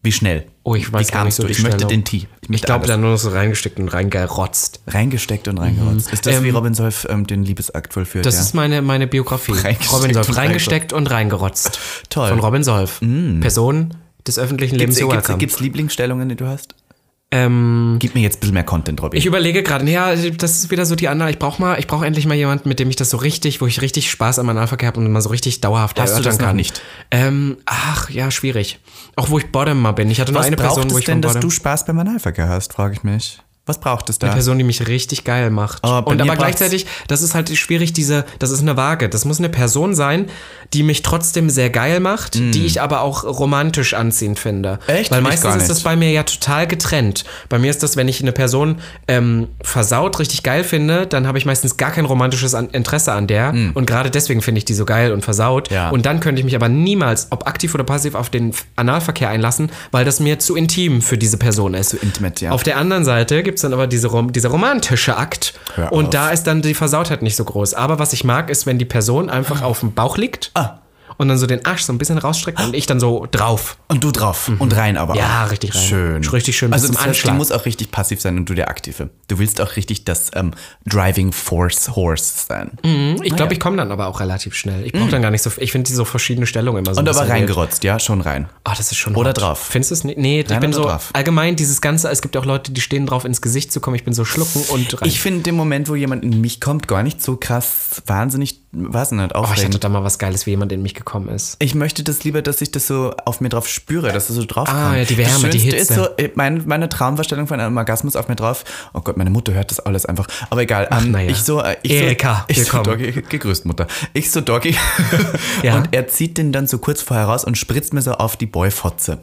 Wie schnell? Oh, ich weiß wie gar nicht so du? die Ich möchte Stellung. den Tee. Ich, Ich möchte glaube, alles. da nur noch so reingesteckt und reingerotzt. reingesteckt und reingerotzt. Ist das Ähm, wie Robin Solf ähm, den Liebesakt vollführt? Das ja? ist meine, meine Biografie. Reingesteckt Robin Solf. und Reingesteckt und reingerotzt. Toll. Mm. Von Robin Solf. Person des öffentlichen Lebens. Gibt's, you're gibt's, welcome. gibt's Lieblingsstellungen, die du hast? ähm, Gib mir jetzt ein bisschen mehr Content, Robin. ich überlege gerade, naja, das ist wieder so die andere. Ich brauche mal, ich brauche endlich mal jemanden, mit dem ich das so richtig, wo ich richtig Spaß am Analverkehr habe und mal so richtig dauerhaft Hast du erörtern das noch kann. nicht? Ähm, ach ja, schwierig. Auch wo ich Bottom mal bin. Ich hatte nur Was eine braucht Person, es wo ich denn, von dass Bottom- du Spaß beim Analverkehr hast, frage ich mich. Was braucht es da? Person, die mich richtig geil macht. Aber bei und mir aber braucht's- gleichzeitig, das ist halt schwierig, diese, das ist eine Waage. Das muss eine Person sein, die mich trotzdem sehr geil macht, die ich aber auch romantisch anziehend finde. Mm. Echt? Weil Ich meistens gar ist nicht. das bei mir ja total getrennt. Bei mir ist das, wenn ich eine Person ähm, versaut richtig geil finde, dann habe ich meistens gar kein romantisches an, Interesse an der. Und gerade deswegen finde ich die so geil und versaut. Mm. Ja. Und dann könnte ich mich aber niemals, ob aktiv oder passiv, auf den Analverkehr einlassen, weil das mir zu intim für diese Person ist. intimate, ja. Auf der anderen Seite gibt es dann aber diese Rom dieser romantische Akt. Hör auf. Und da ist dann die Versautheit nicht so groß. Aber was ich mag, ist, wenn die Person einfach auf dem Bauch liegt Ah. und dann so den Arsch so ein bisschen rausstreckt und ich dann so drauf. und du drauf. Und rein aber. Mhm. Ja, auch. richtig rein. Schön. Richtig schön bis Also zum das heißt, die Anschlag. muss auch richtig passiv sein und du der Aktive. Du willst auch richtig das ähm, Driving Force Horse sein. Hm? Ah, Ich glaube, ich komme dann aber auch relativ schnell. Ich brauche dann gar nicht so. Ich finde diese so verschiedene Stellungen immer so. Hm. Und ein aber bisschen weird. reingerotzt, ja, schon rein. Ah, das ist schon. Oder hot. drauf. Findest du es nicht? Nee, ich Rein bin oder so. drauf. Allgemein dieses Ganze, es gibt auch Leute, die stehen drauf, ins Gesicht zu kommen. Ich bin so schlucken und rein. Oh, Ich finde den Moment, wo jemand in mich kommt, gar nicht so krass wahnsinnig, weiß ich nicht, oh, ich hatte aufregend. da mal was Geiles, wie jemand in mich gekommen ist. ich möchte das lieber, dass ich das so auf mir drauf spüre, dass es so drauf Ah, kommt. ja, die Wärme, das die Schönste Hitze. ist so, äh, mein, meine Traumvorstellung von einem Orgasmus auf mir drauf. Oh Gott, meine Mutter hört das alles einfach. Aber egal. ähm, na ja. Ich so, äh, ich Erika, so, ich so willkommen. Doggy, gegrüßt Mutter. Ich so Doggy. [laughs] Ja. Und er zieht den dann so kurz vorher raus und spritzt mir so auf die Boyfotze.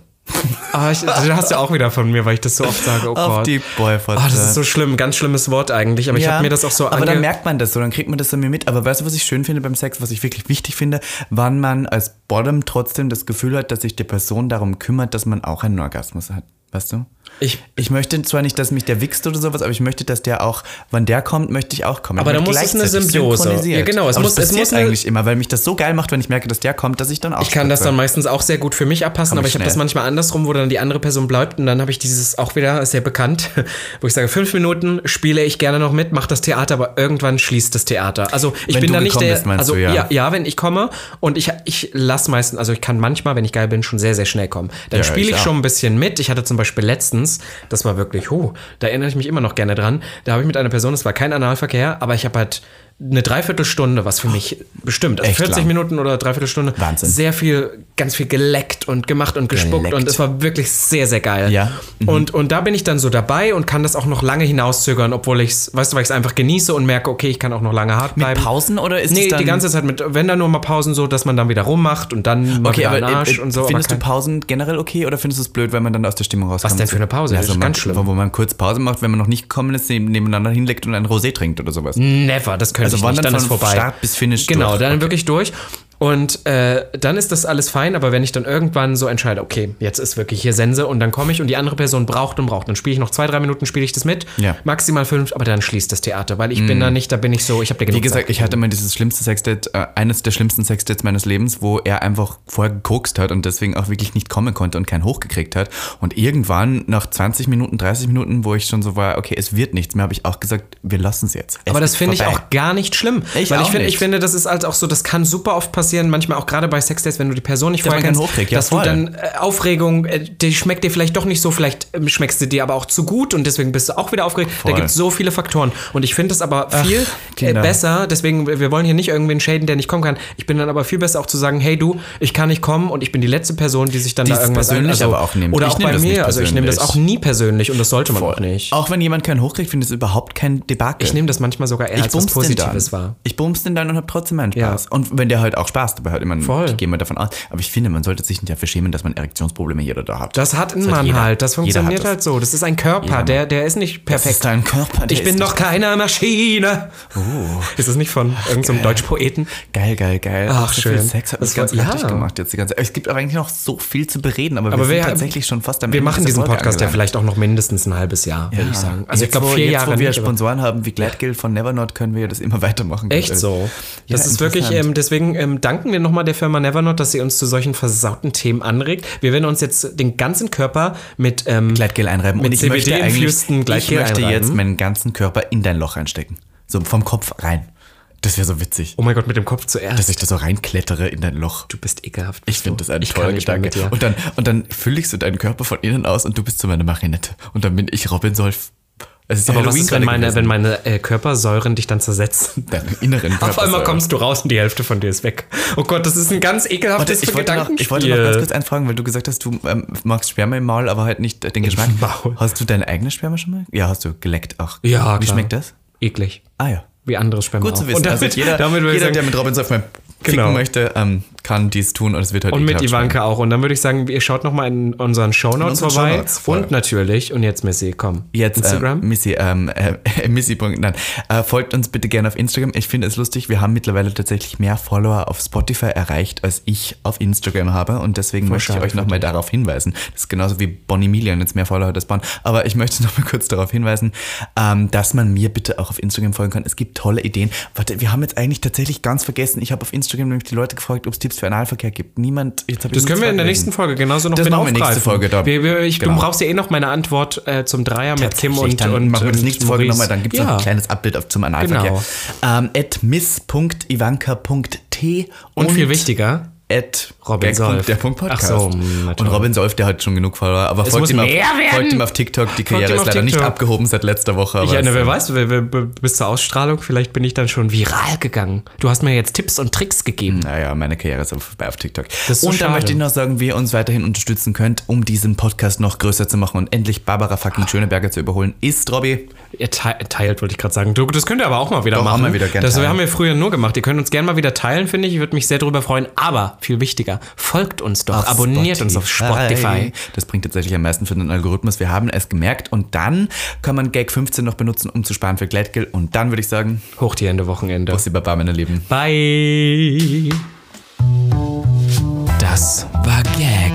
Ah, [laughs] [laughs] ich, das hast du auch wieder von mir, weil ich das so oft sage. Oh Auf Gott. die Boyfotze. Ah, das ist so schlimm, ganz schlimmes Wort eigentlich, aber ich äh, Ja, habe mir das auch so Aber ange- dann merkt man das so, dann kriegt man das so mir mit. Aber weißt du, was ich schön finde beim Sex, was ich wirklich wichtig finde, wann man als Bottom trotzdem das Gefühl hat, dass sich die Person darum kümmert, dass man auch einen Orgasmus hat. Weißt du? Ich- ich möchte zwar nicht, dass mich der wichst oder sowas, aber ich möchte, dass der auch, wann der kommt, möchte ich auch kommen. Aber Damit da muss es eine gleichzeitig Symbiose. synchronisiert. Ja, genau, es aber muss- das es passiert muss eine- eigentlich immer, weil mich das so geil macht, wenn ich merke, dass der kommt, dass ich dann auch. Ich kann das dann meistens auch sehr gut für mich abpassen, Komm aber ich ich habe das schnell. manchmal andersrum, wo dann die andere Person bleibt und dann habe ich dieses auch wieder sehr bekannt, [laughs] wo ich sage, fünf Minuten spiele ich gerne noch mit, mach das Theater, aber irgendwann schließt das Theater. Also ich Wenn bin du da nicht gekommen der, bist, meinst also du, ja. ja. ja, wenn ich komme und ich ich lass meistens, also ich kann manchmal, wenn ich geil bin, schon sehr sehr schnell kommen. Dann Ja, spiele ich ich, auch. schon ein bisschen mit. Ich hatte zum Beispiel letztens, das war wirklich, huh, da erinnere ich mich immer noch gerne dran. Da habe ich mit einer Person, es war kein Analverkehr, aber ich habe halt eine Dreiviertelstunde, was für mich bestimmt, also Echt 40 lang. Minuten oder Dreiviertelstunde, Genau. Wahnsinn. sehr viel, ganz viel geleckt und gemacht und gespuckt Geleckt. und es war wirklich sehr, sehr geil. Ja. Mhm. Und, und da bin ich dann so dabei und kann das auch noch lange hinauszögern, obwohl ich es, weißt du, weil ich es einfach genieße und merke, okay, ich kann auch noch lange hart bleiben. Pausen oder ist Nee, es dann die ganze Zeit mit, wenn dann nur mal Pausen so, dass man dann wieder rummacht und dann mal Okay, wieder aber einen Arsch äh, und so. findest aber du Pausen generell okay oder findest du es blöd, wenn man dann aus der Stimmung rauskommt? denn für eine Pause? Das ist man, ganz schlimm. Wo, wo man kurz Pause macht, wenn man noch nicht gekommen ist, neben- nebeneinander hinlegt und einen Rosé trinkt oder sowas. Never, das könnte Also ich wann nicht. dann Dann von ist vorbei. Start bis Finish Genau, durch? dann wirklich durch. Und äh, dann ist das alles fein, aber wenn ich dann irgendwann so entscheide, okay, jetzt ist wirklich hier Sense und dann komme ich und die andere Person braucht und braucht, dann spiele ich noch zwei, drei Minuten, spiele ich das mit, Ja. Mm. maximal fünf, aber dann schließt das Theater, weil ich bin da nicht, da bin ich so, ich habe dir genug Wie gesagt, ich hatte mal dieses schlimmste Sextet, äh, eines der schlimmsten Sextets meines Lebens, wo er einfach vorher gekokst hat und deswegen auch wirklich nicht kommen konnte und keinen hochgekriegt hat. Und irgendwann, nach 20 Minuten, 30 Minuten, wo ich schon so war, okay, es wird nichts mehr, habe ich auch gesagt, wir lassen es jetzt. Es Aber das ist finde ich vorbei. auch gar nicht schlimm. Ich weil auch ich, finde, nicht. ich finde, das ist halt auch so, das kann super oft passieren, manchmal auch gerade bei Sexdates, wenn du die Person nicht Dass vorher man kennst, keinen hochkriegt, ja, dass voll. du dann äh, Aufregung, äh, die schmeckt dir vielleicht doch nicht so, vielleicht ähm, schmeckst du dir aber auch zu gut und deswegen bist du auch wieder aufgeregt. Voll. Da gibt es so viele Faktoren. Und ich finde es aber viel äh, Kinder. besser, deswegen, wir wollen hier nicht irgendwen schäden, der nicht kommen kann. Ich bin dann aber viel besser auch zu sagen, hey du, ich kann nicht kommen und ich bin die letzte Person, die sich dann da es irgendwas persönlich also, aber auch nimmt. Oder Ich auch nehme bei das nicht mir. Also ich nehme das auch persönlich. nie persönlich und das sollte man auch nicht. Auch wenn jemand keinen hochkriegt, finde ich es überhaupt kein Debakel. Ich nehme das manchmal sogar eher als was den dann. Positives wahr. Ich bumse den dann und habe trotzdem meinen Spaß. Und wenn der halt auch Spaß dabei hat, ich meine, Voll. ich gehe mal davon aus. Aber ich finde, man sollte sich nicht dafür schämen, dass man Erektionsprobleme hier oder da hat. Das hat ein hat Mann jeder. halt. Das Jeder funktioniert hat das. halt so. Das ist ein Körper. Der, der ist nicht Das ist perfekt. dein Körper. der Ich bin ist Oh. noch keine Maschine. Ist das nicht von irgendeinem Deutschpoeten? Geil, geil, geil. Ach, so viel schön. Sex hat Das mich ganz war- fertig ja. gemacht jetzt die ganze Zeit. Es gibt aber eigentlich noch so viel zu bereden, aber, wir Aber sind wir- tatsächlich schon fast am Wir Ende machen dieser diesen Folge Podcast ja angelangt. vielleicht auch noch mindestens ein halbes Jahr, würde ich sagen. Also ich Jetzt, glaube wo- vier jetzt, Jahre Wo wir nicht, aber- Sponsoren haben wie Gladgill von Nevernot, können wir das immer weitermachen. äh, Echt so. Ja, Das ist wirklich, interessant. ähm, deswegen ähm, danken wir nochmal der Firma Nevernot, dass sie uns zu solchen versauten Themen anregt. Wir werden uns jetzt den ganzen Körper mit ähm, Gleitgel einreiben. Mit Und ich möchte eigentlich, CBD-infusten ich Gleitgel möchte einreiben. jetzt meinen ganzen Körper in dein Loch reinstecken. So vom Kopf rein. Das wäre so witzig, Oh mein Gott, mit dem Kopf zuerst. dass ich da so reinklettere in dein Loch. Du bist ekelhaft. Ich finde das ein Ich toller kann nicht mehr Gedanke. mit dir. Und dann, und dann fülligst du deinen Körper von innen aus und du bist so meine Marionette. Und dann bin ich Robin Solf. Es ist ja Aber was Halloween ist, wenn gerade meine, gewesen. wenn meine äh, Körpersäuren dich dann zersetzen? Deinen inneren Körper. Auf einmal kommst du raus und die Hälfte von dir ist weg. Oh Gott, das ist ein ganz Warte, ekelhaftes ich wollte, noch, ich wollte noch ganz kurz einfragen, weil du gesagt hast, du ähm, magst Sperma im Maul, aber halt nicht äh, den Geschmack. Maul. Hast du deine eigene Sperma schon mal? Ja, hast du geleckt auch. Ja, Wie klar. schmeckt das? Eklig. Ah ja. Wie anderes Sperma. Gut auch. zu wissen. Genau. Und damit, also [laughs] jeder, damit würde ich jeder sagen, der mit Robin Solf mal Genau. ficken möchte, ähm, kann dies tun und es wird halt und mit ekelhaft Ivanka auch. Und dann würde ich sagen, ihr schaut nochmal in unseren Shownotes In unseren vorbei. Shownotes, voll. und natürlich, und jetzt Missy, komm. Jetzt Instagram? Instagram? Ähm, Missy, ähm, äh, [laughs] Missy. Nein. Äh, folgt uns bitte gerne auf Instagram. Ich finde es lustig, wir haben mittlerweile tatsächlich mehr Follower auf Spotify erreicht, als ich auf Instagram habe. Und deswegen möchte ich schade euch nochmal darauf hinweisen. Das ist genauso wie Bonnie Milian jetzt mehr Follower hat als Bonn. Aber ich möchte [laughs] nochmal kurz darauf hinweisen, ähm, dass man mir bitte auch auf Instagram folgen kann. Es gibt tolle Ideen. Warte, wir haben jetzt eigentlich tatsächlich ganz vergessen. Ich habe auf Instagram nämlich die Leute gefragt, ob es Tipps für Analverkehr gibt. Niemand. Jetzt habe ich das können wir in der nächsten Folge genauso noch Das mit machen wir nächste aufgreifen. Folge dann. Wir, wir, ich, Genau. Du brauchst ja eh noch meine Antwort äh, zum Dreier mit Kim und, dann und machen wir das und nächste Folge Maurice. nochmal, dann gibt es noch ja. ein kleines Update auf zum Analverkehr. Genau. Ähm, at miss.ivanka.t und viel wichtiger. at Robin Berg- Solf. Der Punkt Podcast. Ach so, na und toll. Robin Solf, der hat schon genug Follower, aber folgt muss ihm, auf, mehr werden. folgt ihm auf TikTok. Die Karriere ihm ist auf leider nicht TikTok. abgehoben seit letzter Woche. Ich, Aber ja, ne, es- wer weiß, wer, wer, wer- bis zur Ausstrahlung, vielleicht bin ich dann schon viral gegangen. Du hast mir jetzt Tipps und Tricks gegeben. Naja, meine Karriere ist aber vorbei auf TikTok. ist so und dann schade. möchte ich noch sagen, wie ihr uns weiterhin unterstützen könnt, um diesen Podcast noch größer zu machen und endlich Barbara Ah. fucking Schöneberger zu überholen, ist Robby. Ihr te teilt, wollte ich gerade sagen. Du, das könnt ihr aber auch mal wieder Doch, auch machen. mal wieder gern das teilen. haben wir früher nur gemacht. Ihr könnt uns gerne mal wieder teilen, finde ich. Ich würde mich sehr darüber freuen. Aber viel wichtiger, folgt uns doch, auf abonniert uns auf Spotify. Das bringt tatsächlich am meisten für den Algorithmus. Wir haben es gemerkt. Und dann kann man Gag 15 noch benutzen, um zu sparen für Gleitgeld. Und dann würde ich sagen, Hoch die Hände Wochenende. was Sie bei meine Lieben. Bye. Das war Gag.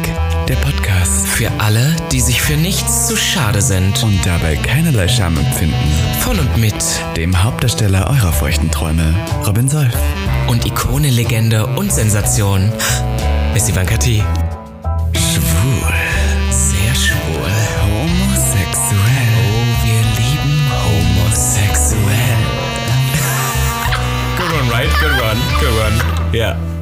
Der Podcast. Für alle, die sich für nichts zu schade sind. Und dabei keinerlei Scham empfinden. Von und mit Dem Hauptdarsteller eurer feuchten Träume, Robin Solf. und Ikone, Legende und Sensation ist Ivanka T. Schwul. Sehr schwul. Homosexuell. Oh, wir lieben homosexuell. Good one, right? Good one, good one. Ja.